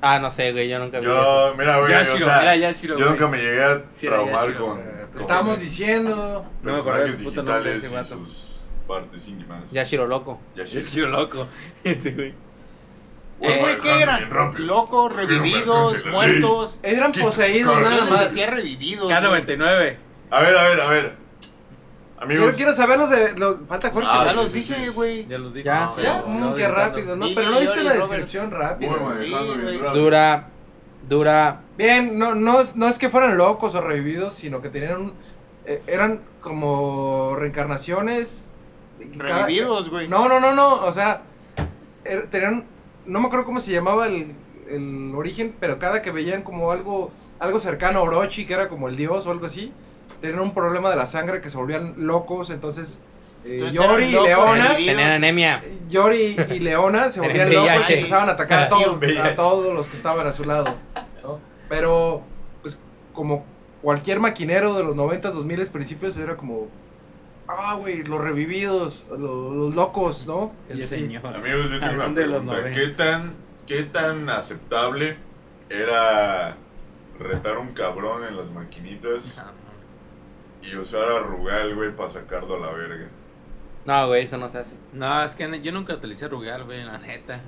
Ah, no sé, güey, yo nunca vi eso.
Yo, mira, güey,
Yashiro,
o sea,
era Yashiro,
yo nunca me
güey.
llegué a
Sí, era
traumar
Yashiro,
con,
Eh, Te
con
estamos diciendo.
No me acordaba de
personajes
su puto nombre
digitales
ese
y
vato.
sus partes íntimas.
Yashiro loco.
Yashiro.
Es yo loco. [LAUGHS] Ese güey.
Güey,
Eh, güey, ¿qué eran?
bien rápido.
Locos,
Quiero ver
revividos,
cáncer.
muertos.
Eran
Kids
poseídos
Card.
nada
Nada más
más.
decía revividos. güey.
K99.
A ver, a ver, a ver. Amigos,
Quiero, quiero saber los de. Los, falta Jorge.
Ah,
Ya
sí,
los
sí, sí.
dije, güey.
Ya los dije.
Ya,
No,
ya,
no,
mm,
no,
qué
editando.
rápido, ¿no?
Billy,
Pero no viste
Johnny,
la
Robert.
descripción rápida.
Bueno,
Sí,
dejando bien
güey.
rápido.
Dura, dura.
Bien, no, no, es- no es que fueran locos o revividos, sino que tenían un. eh, eran como reencarnaciones. de que cada-
Revividos, güey.
No, no, no, no. O sea, er- tenían. No me acuerdo cómo se llamaba el, el origen, pero cada que veían como algo, algo cercano a Orochi, que era como el dios o algo así, tenían un problema de la sangre que se volvían locos. Entonces, eh,
Entonces eran
Yori y
locos,
Leona.
revividos.
Tenían anemia.
Yori y Leona se volvían
Tenían
locos y
VIH.
empezaban a atacar a, todo-
VIH.
a todos los que estaban a su lado. ¿no? Pero, pues, como cualquier maquinero de los 90s, 2000 principios, era como, ah, güey, los revividos, lo- los locos, ¿no?
El
Y así.
señor.
amigos, yo tengo una
Aarón de los
pregunta. ¿Qué
noventas.
tan, ¿Qué tan aceptable era retar a un cabrón en las maquinitas
Ah,
y usar a Rugal, güey, para sacarlo a la verga?
No, güey, eso no se hace.
No, es que yo nunca utilicé Rugal, güey, la neta.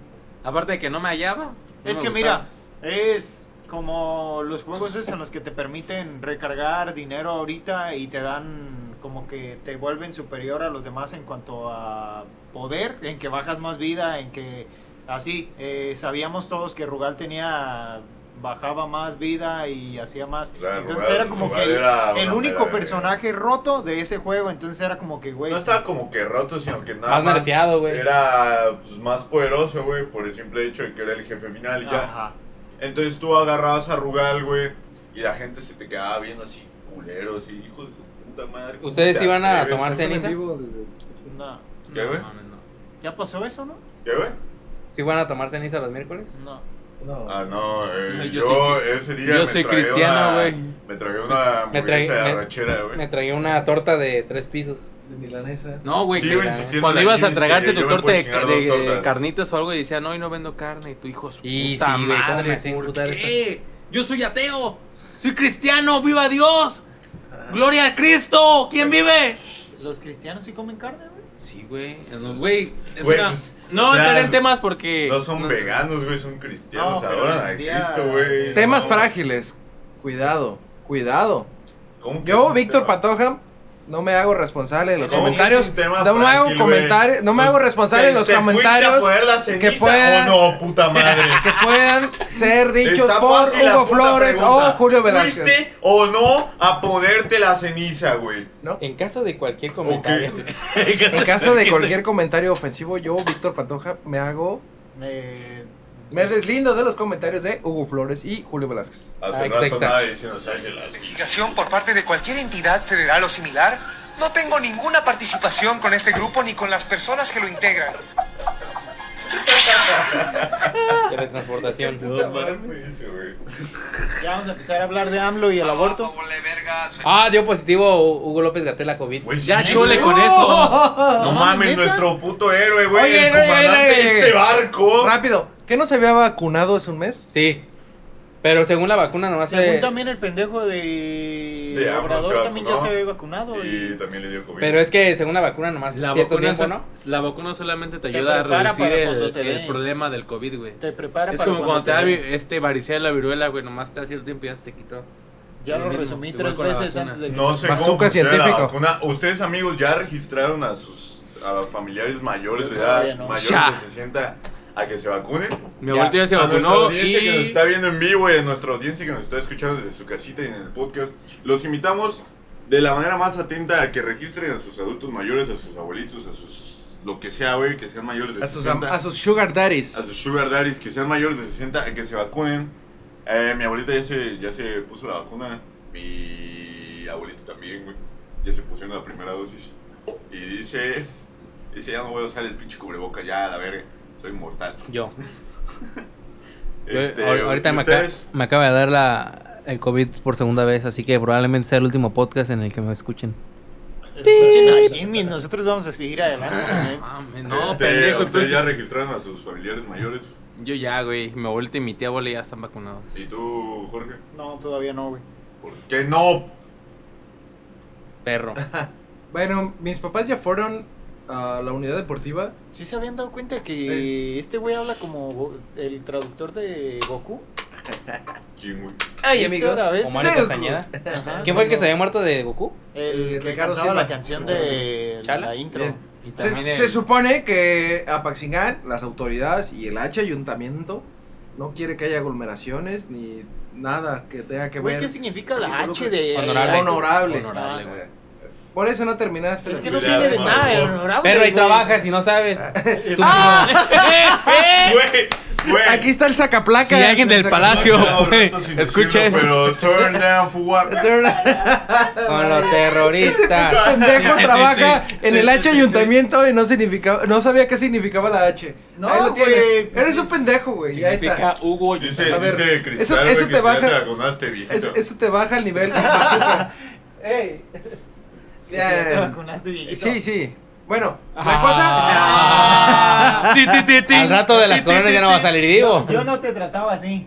Aparte de que no me hallaba. no
Es
me
que
gustaba.
mira, es como los juegos esos en los que te permiten recargar dinero ahorita y te dan como que te vuelven superior a los demás en cuanto a poder, en que bajas más vida, en que así, eh, sabíamos todos que Rugal tenía bajaba más vida y hacía más.
O sea,
entonces
Rugal-
era como
Rugal
que el,
era
el
una
único
mera
personaje roto de ese juego, entonces era como que güey.
No estaba como que roto, sino que nada
Más
más
nerfeado, güey.
era pues, más poderoso, güey, por el simple hecho de que era el jefe final y ya.
Ajá.
Entonces tú agarrabas a Rugal, güey, y la gente se te quedaba viendo así, culero, así, hijo de tu puta madre. ¿cómo
¿Ustedes
te
iban a
atreves?
tomar
Están en
ceniza?
vivo desde-
No.
¿Qué,
No,
güey?
mames, no.
¿Ya pasó eso, no?
¿Qué, güey?
¿Sí van a tomar ceniza los miércoles?
No.
No.
Ah, no, eh,
No, yo
yo,
soy-
ese día
yo
me
soy
tragué
cristiano,
una-
güey.
Me tragué una hamburguesa de
tragué- me-
arrachera,
Me
güey.
tragué una torta de tres pisos.
de milanesa.
No, güey,
Sí,
que
güey, si siento
cuando
la
ibas a
química,
tragarte
yo
tu
me
torta
puedo
de,
chingar
de-
dos
de
tortas.
carnitas o algo y decía, no, hoy no vendo carne. Y tu hijo, su
Y
puta
sí, güey, ¿cómo me
madre,
hacían
¿por
putar
qué? Yo soy ateo, soy cristiano, viva Dios, gloria a Cristo, ¿quién vive?
¿Los cristianos sí comen carne, güey?
Sí, güey, no, güey, es
Güey,
una-
pues,
No
o sea,
entraré en temas porque...
No son veganos, güey, son cristianos.
No, pero
adoran a
hoy en día-
Cristo, güey.
Temas
No,
frágiles. Cuidado, cuidado.
¿cómo que es
Yo,
un
Víctor
tema?
Patoja, no me hago responsable de los
¿Cómo que es
comentarios.
un tema
No me hago
frágil, güey? Pues,
comentarios. No me hago responsable de
¿Te-
los
te fuiste a
comentarios
poner la
que
ceniza
puedan,
o Oh, no, puta madre?
[LAUGHS] que puedan ser dichos
Está
por
fácil la
Hugo
puta
Flores
pregunta.
o Julio Velázquez.
¿Fuiste o no a ponerte la ceniza, güey?
En caso de cualquier comentario.
En caso de cualquier comentario ofensivo, yo, Víctor Pantoja, me hago.
Me...
Me deslindo de los comentarios de Hugo Flores y Julio Velázquez.
Hace
Ah,
rato
exacto.
nada diciendo, "Sáquenla".
Investigación por parte de cualquier entidad federal o similar. No tengo ninguna participación con este grupo ni con las personas que lo integran.
Teletransportación.
Puta madre, güey, eso, güey.
Ya vamos a empezar a hablar de AMLO y el aborto.
Ah, dio positivo Hugo López Gatel a COVID.
Güey,
Ya
sí,
chole
güey.
con eso.
No mames, nuestro puto héroe, güey.
Oye,
El
no, oye,
comandante
oye,
de
oye.
este barco.
Rápido, ¿qué no se había vacunado hace un mes?
Sí. Pero según la vacuna, nomás
Según
se.
también el pendejo de,
De AMLO
Obrador
se
también ya
vacunó.
se había vacunado.
Y
Y...
también le dio COVID.
Pero es que según la vacuna, nomás
La
cierto
vacuna,
tiempo,
so-
¿no?
la vacuna solamente te
Te
ayuda a
prepara
reducir
para cuando
el,
te
el
den.
problema del COVID, güey.
Te prepara
Es
para
como cuando te da
den.
vi- este varicela, la viruela, güey, nomás te hace el tiempo y ya se te quitó.
Ya lo
Igual
resumí
con la
tres veces
vacuna.
antes de que...
No sé cómo
Bazooka
funciona la
científico.
vacuna. Ustedes, amigos, ya registraron a sus a familiares mayores de
Yo todavía
edad,
no.
mayores
Ya.
de 60, a que se vacunen.
Mi
Ya.
abuelito ya se
a nuestra
vacunó y...
audiencia que nos está viendo en vivo y a nuestra audiencia que nos está escuchando desde su casita y en el podcast, los invitamos de la manera más atenta a que registren a sus adultos mayores, a sus abuelitos, a sus lo que sea, güey, que sean mayores de
A sus,
60,
a sus sugar daddies.
a sus sugar daddies, que sean mayores de 60, a que se vacunen. Eh, mi abuelita ya se, ya se puso la vacuna, mi abuelito también, güey, ya se pusieron la primera dosis. Y dice, dice, ya no voy a usar el pinche cubreboca, ya, a la verga, soy inmortal.
Yo.
[LAUGHS]
Yo,
Este,
ahor- ahorita
¿y
me, acaba-
ustedes?
me acaba de dar la, el COVID por segunda vez, así que probablemente sea el último podcast en el que me escuchen.
Escuchen a Jimmy, nosotros vamos a
[LAUGHS]
seguir adelante. señor.
Mames, no,
Este,
pendejo.
Ustedes
entonces-
ya registraron a sus familiares mayores.
Yo ya, güey. Mi abuelito y mi tía abuela ya están vacunados.
¿Y tú, Jorge?
No, todavía no, güey.
¿Por qué no? [LAUGHS]
Perro.
Bueno, mis papás ya fueron a la unidad deportiva.
¿Sí se habían dado cuenta que
Eh.
este güey habla como Go- el traductor de Goku?
¿Quién, güey?
Ay,
amigos. otra vez.
Omar y Castañeda.
Ajá.
¿Quién fue el que se había muerto de Goku?
El,
El
que
Ricardo
cantaba la
Silva.
canción de
¿Chala?
la intro.
Bien.
Y también
Se,
el-
se supone que Apaxingán, las autoridades y el H ayuntamiento no quiere que haya aglomeraciones ni nada que tenga que
Güey,
ver.
¿qué significa la
Involucra-
H de
Honorable.
Honorable.
Honorable,
Ah,
güey.
Por eso no terminaste.
Es que
la-
no tiene de
Cuidado,
nada, de
por favor.
honorable.
Perro, ahí
güey.
trabajas y no sabes. Estúpido.
Güey, [LAUGHS] güey.
Aquí está el sacaplaca.
Si alguien del
No,
El sacaplaca.
palacio,
no,
güey,
rato sin
escucha
decirlo, Pero turn down for what?
Con
[LAUGHS]
los
[LAUGHS]
terroristas.
Este Pendejo
Sí, sí,
trabaja
sí.
en el H ayuntamiento y no significaba, no sabía qué significaba la H.
No,
Ahí lo
güey,
tienes.
pues
Eres
sí.
un pendejo, güey. Ya está.
Significa Hugo.
Dice,
[LAUGHS] A ver,
dice
eso-
Cristal,
eso
güey, que
te
si ya
baja-
te vacunaste, viejito.
Es- eso te baja el nivel. con bazooka. Ey.
Ya te
Bien.
vacunaste, viejito.
Sí, sí. Bueno, la
Ah.
cosa.
Ah,
Ti, ti,
Este,
ti, ti.
Al rato de las
Ti, ti,
coronas
ti,
ya no
ti.
va a salir vivo.
Yo no te trataba así.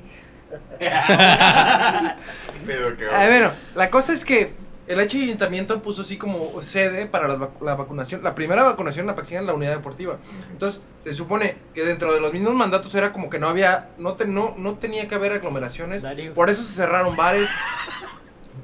Pero que-
Ah, bueno, la cosa es que el H ayuntamiento puso así como sede para las vac- la vacunación, la primera vacunación en la en la unidad deportiva. Entonces, se supone que dentro de los mismos mandatos era como que no había, no, te- no, no tenía que haber aglomeraciones.
Darío.
Por eso se cerraron bares,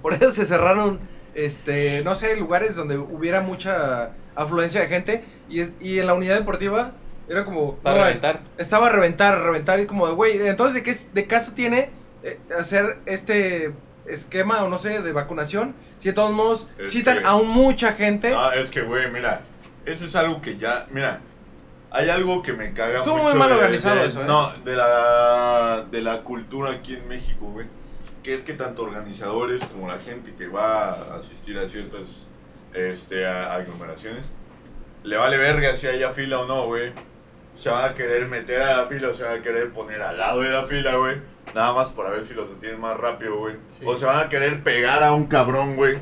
por eso se cerraron, este, no sé, lugares donde hubiera mucha afluencia de gente. Y, es- y en la unidad deportiva era como...
Para
no, es-
reventar.
estaba a reventar, a reventar y como de, güey, entonces de qué es- de caso tiene eh, hacer este esquema o no sé de vacunación si de todos modos
Es
citan
que-
aún mucha gente.
Ah, es que, güey, mira. Eso es algo que ya. Mira. Hay algo que me caga
Estuvo
mucho.
muy mal
de-
organizado
de-
eso, ¿eh?
No, de la, de la cultura aquí en México, güey. Que es que tanto organizadores como la gente que va a asistir a ciertas este, a- aglomeraciones, le vale verga si haya fila o no, güey. Se van a querer meter a la fila o se van a querer poner al lado de la fila, güey. Nada más para ver si los detienen más rápido, güey.
Sí.
O se van a querer pegar a un cabrón, güey.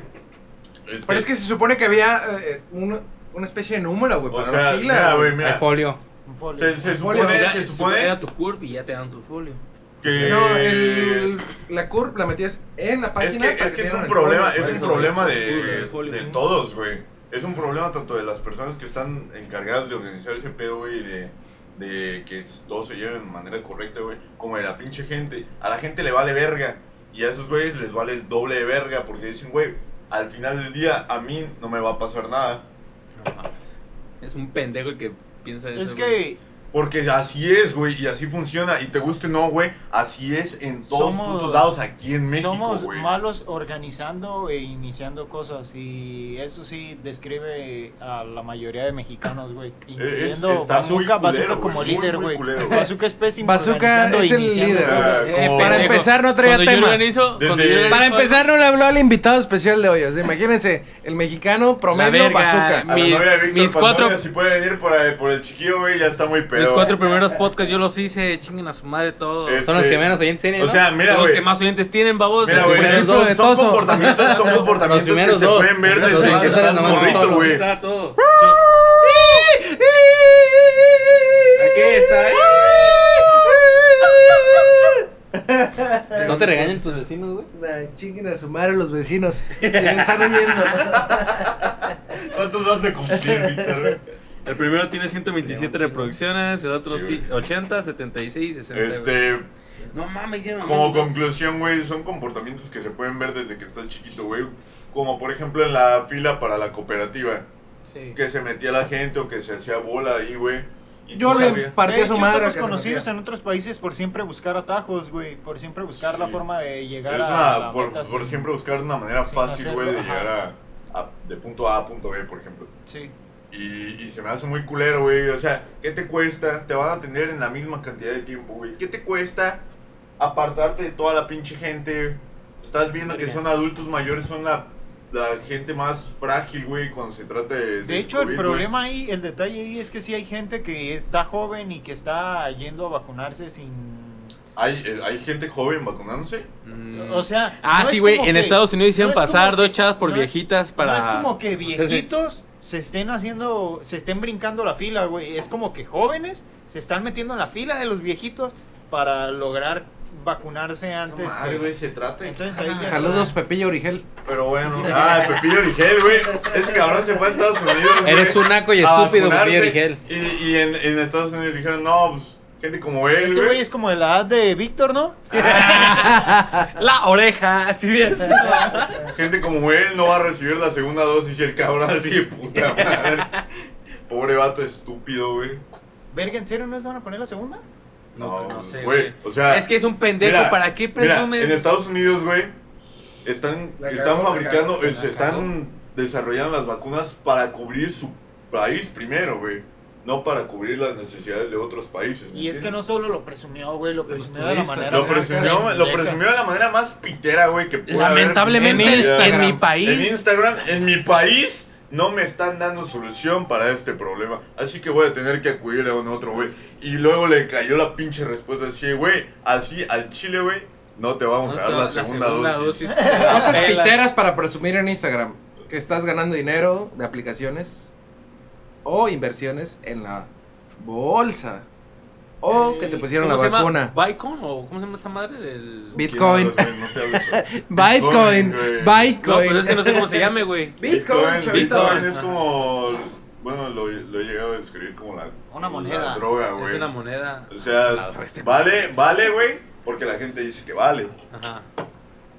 Pero es que se supone que había eh, una, una especie de número, güey,
O
para
sea,
la fila.
mira,
güey.
güey, mira.
Hay folio.
este,
Un folio.
Se, se
folio.
supone,
Era-
se
Era-
supone
Era tu curva y ya te dan tu folio.
que...
No, el, la curva la metías en la
Eh, Es
página.
que,
para
es, que es
dieran
un
el
problema,
folio,
es un
güey.
eso,
problema
güey. Usa el
de,
folio.
de todos, güey. Es un problema tanto de las personas que están encargadas de organizar ese pedo, güey, y de, de que todos se lleven de manera correcta, güey, como de la pinche gente. A la gente le vale verga y a esos güeyes les vale el doble de verga porque dicen, güey, al final del día a mí no me va a pasar nada.
No mames.
Es un pendejo el que piensa eso.
Es
güey.
que
Porque así es, güey, y así funciona. Y te guste o no, güey, así es en todos
Somos-
putos lados aquí en México,
somos
güey.
malos organizando e iniciando cosas y eso sí describe a la mayoría de mexicanos, güey. Incluyendo
está muy
Bazooka,
culero,
Bazooka
güey,
como
muy,
líder,
muy
güey. [LAUGHS]
culero, güey.
Bazooka es pésimo
Bazooka
organizando
es
e
el
iniciando
líder,
O sea,
cosas.
como-
Para
Eh, pendejo.
empezar, no traía
Cuando
tema.
Yo organizo,
Desde-
cuando yo organizo-
Para empezar, no le habló al invitado especial de hoy. o sea, imagínense, el mexicano promedio
verga.
bazooka. [LAUGHS]
A
[LAUGHS]
la
Mis-
novia de Víctor
mis
Pantoja,
cuatro-
si puede venir por, el- por el chiquillo, güey, ya está muy pedo.
Mis cuatro primeros podcasts yo los hice, chinguen a su madre todo.
Es-
Son
Son
los
Sí.
que menos oyentes tienen,
O
¿no?
sea, mira,
los
güey.
que más oyentes tienen, babos.
Mira, güey,
Los
son,
primeros
son
dos.
comportamientos, son comportamientos que
primeros
se
dos.
pueden ver
Los
desde
dos.
que estás
Nomás
morrito,
solo,
güey.
está
[LAUGHS]
todo.
Aquí
Aquí está, eh.
No te regañen tus vecinos, güey.
Chinguen a su madre los vecinos. [LAUGHS] que me están oyendo.
¿Cuántos vas a cumplir, Víctor?
El primero tiene 127 reproducciones, el otro
Sí,
sí,
güey.
80, 76, 60. güey.
Este,
No mames, ya no.
como conclusión, güey, son comportamientos que se pueden ver desde que estás chiquito, güey. Como por ejemplo en la fila para la cooperativa,
Sí.
que se metía la gente o que se hacía bola ahí, güey. Y
Yo
tú
le
sabías-
partí
de
a su
hecho,
madre. que
somos
se
conocidos
metía.
en otros países por siempre buscar atajos, güey. Por siempre buscar la
Sí.
forma de llegar
Es
a
una,
la
por,
meta,
por
sí.
siempre buscar una manera
Sin
fácil, güey, de
hacerlo,
llegar a, a- Ah, de punto A a punto B, por ejemplo.
Sí.
Y, y se me hace muy culero, güey. O sea, ¿qué te cuesta? Te van a atender en la misma cantidad de tiempo, güey. ¿Qué te cuesta apartarte de toda la pinche gente? Estás viendo que son adultos mayores, son la, la gente más frágil, güey, cuando se trata de...
De
del
hecho, el
COVID,
problema ahí, el detalle ahí es que sí hay gente que está joven y que está yendo a vacunarse sin...
güey. Hay, eh, hay gente joven vacunándose.
Mm.
O sea...
Ah,
no
sí,
es
güey.
como
En
que-
Estados Unidos hicieron
no es como
pasar dos
que-
chavas por
no es-
viejitas para.
No es como que
o sea, [LAUGHS] sí.
viejitos se estén haciendo, se estén brincando la fila, güey. Es como que jóvenes se están metiendo en la fila de los viejitos para lograr vacunarse
No
antes.
mames,
que-
güey, se trata.
Entonces ahí ya-
Saludos, Pepillo Origel.
Pero bueno. Ah, el Pepillo Origel, güey. Ese cabrón se fue a Estados Unidos. güey,
Eres un naco y
a
estúpido,
vacunarse.
Pepillo Origel.
Y, y en, en Estados Unidos dijeron, no, pues, gente como él,
Ese güey es como de la edad de Víctor, ¿no?
La oreja, [LAUGHS] así bien.
Gente como él no va a recibir la segunda dosis y el cabrón así de puta
[LAUGHS]
madre. Pobre vato estúpido, güey.
Verga, ¿en serio no les van a poner la segunda?
No,
No, no sé,
güey,
güey.
o sea,
es que es un pendejo.
Mira,
¿Para qué
mira,
presumes?
en Estados Unidos, güey, están,
La
están
cagó, la
fabricando,
cagó,
eh, se están desarrollando las vacunas para cubrir su país primero, güey. No para cubrir las necesidades de otros países. ¿me
Y es que no
entiendes?
solo lo presumió, güey, lo
Los
presumió de la
turistas,
manera.
Lo
más
presumió, lo
pendeja.
presumió de la manera más pitera, güey, que puede haber.
Lamentablemente
En
en,
Instagram.
mi
En
país.
Instagram, en mi país, no me están dando solución para este problema. Así que voy a tener que acudir a un otro, güey. Y luego le cayó la pinche respuesta así, güey, así al chile, güey, no te vamos a dar la, segunda, dosis.
[LAUGHS]
Cosas
Pela.
piteras para presumir en Instagram. Que estás ganando dinero de aplicaciones o inversiones en la bolsa. O que te pusieron la
¿Cómo se llama?
vacuna.
¿Bitcoin o cómo se llama esa madre del.?
Bit-
Bitcoin. No te hables.
[LAUGHS] Bitcoin,
Bitcoin, güey.
no,
Bitcoin. Ah,
pero es que no sé cómo se llame, güey.
Bitcoin, chavito.
Bitcoin es
Ajá.
como. Bueno, lo, lo he llegado a describir como la.
Una
la
moneda.
droga,
Es
güey.
una moneda.
O sea, vale, vale, güey, porque la gente dice que vale.
Ajá.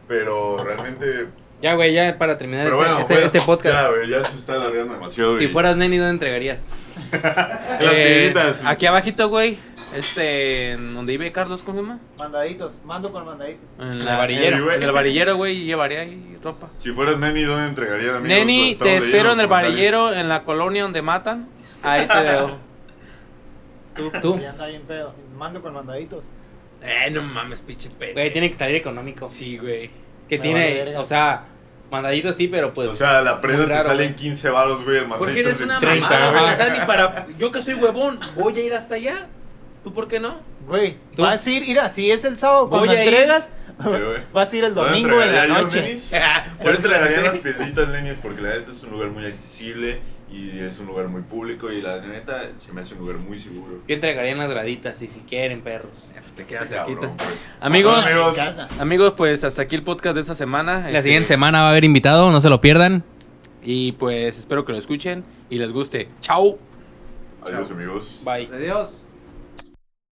Pero realmente.
Ya, güey, ya para terminar
Pero
este,
bueno,
este-
güey,
este
Ya,
podcast.
güey, ya se está alargando demasiado.
si
y-
fueras neni, ¿dónde entregarías?
Las
Eh,
piedritas.
Aquí abajito, güey. Este, en donde vive Carlos, ¿cómo se llama?
Mandaditos, mando con mandaditos.
En
El varillero.
Sí, güey.
En el varillero, güey, y llevaría ahí ropa.
Si fueras Neni, ¿dónde entregaría amigos?
Neni,
Estamos
te
leyendo
espero
los
en el
comentarios.
varillero, en la colonia donde matan. Ahí te veo.
Tú. Tú.
Ya anda bien pedo. Mando con mandaditos.
Eh, no mames, pinche pendejo.
Güey, tiene que salir económico.
Sí, güey.
Que
Me vale
tiene,
verga.
o sea, mandadito sí, pero pues.
O sea, la prenda
Muy
te
raro,
sale en
güey.
15 baros, güey. El
Porque
maldito es
eres
de
una
30,
mamada,
güey.
güey. O sea, ni para. Yo que soy huevón, voy a ir hasta allá. ¿Tú por qué no?
Güey,
¿Tú?
vas a ir, mira, si es el sábado
Voy
cuando
a ir.
entregas,
Pero,
[LAUGHS]
güey,
Vas a ir el
¿no le
domingo en la
entregaría yo
noche.
Lenis? Yo
Por eso la
entregaría unas
saqué.
piedritas Lenis porque la neta es un lugar muy accesible y es un lugar muy público y la neta se me hace un lugar muy seguro.
Yo entregaría en las graditas, y si quieren, perros.
Te quedas
Cabrón,
cerquita.
pues.
Amigos,
Amigos.
En casa.
amigos, pues hasta aquí el podcast de esta semana.
La
Este,
siguiente semana va a haber invitado, no se lo pierdan.
Y pues espero que lo escuchen y les guste. Chao.
Adiós amigos.
Bye.
Adiós.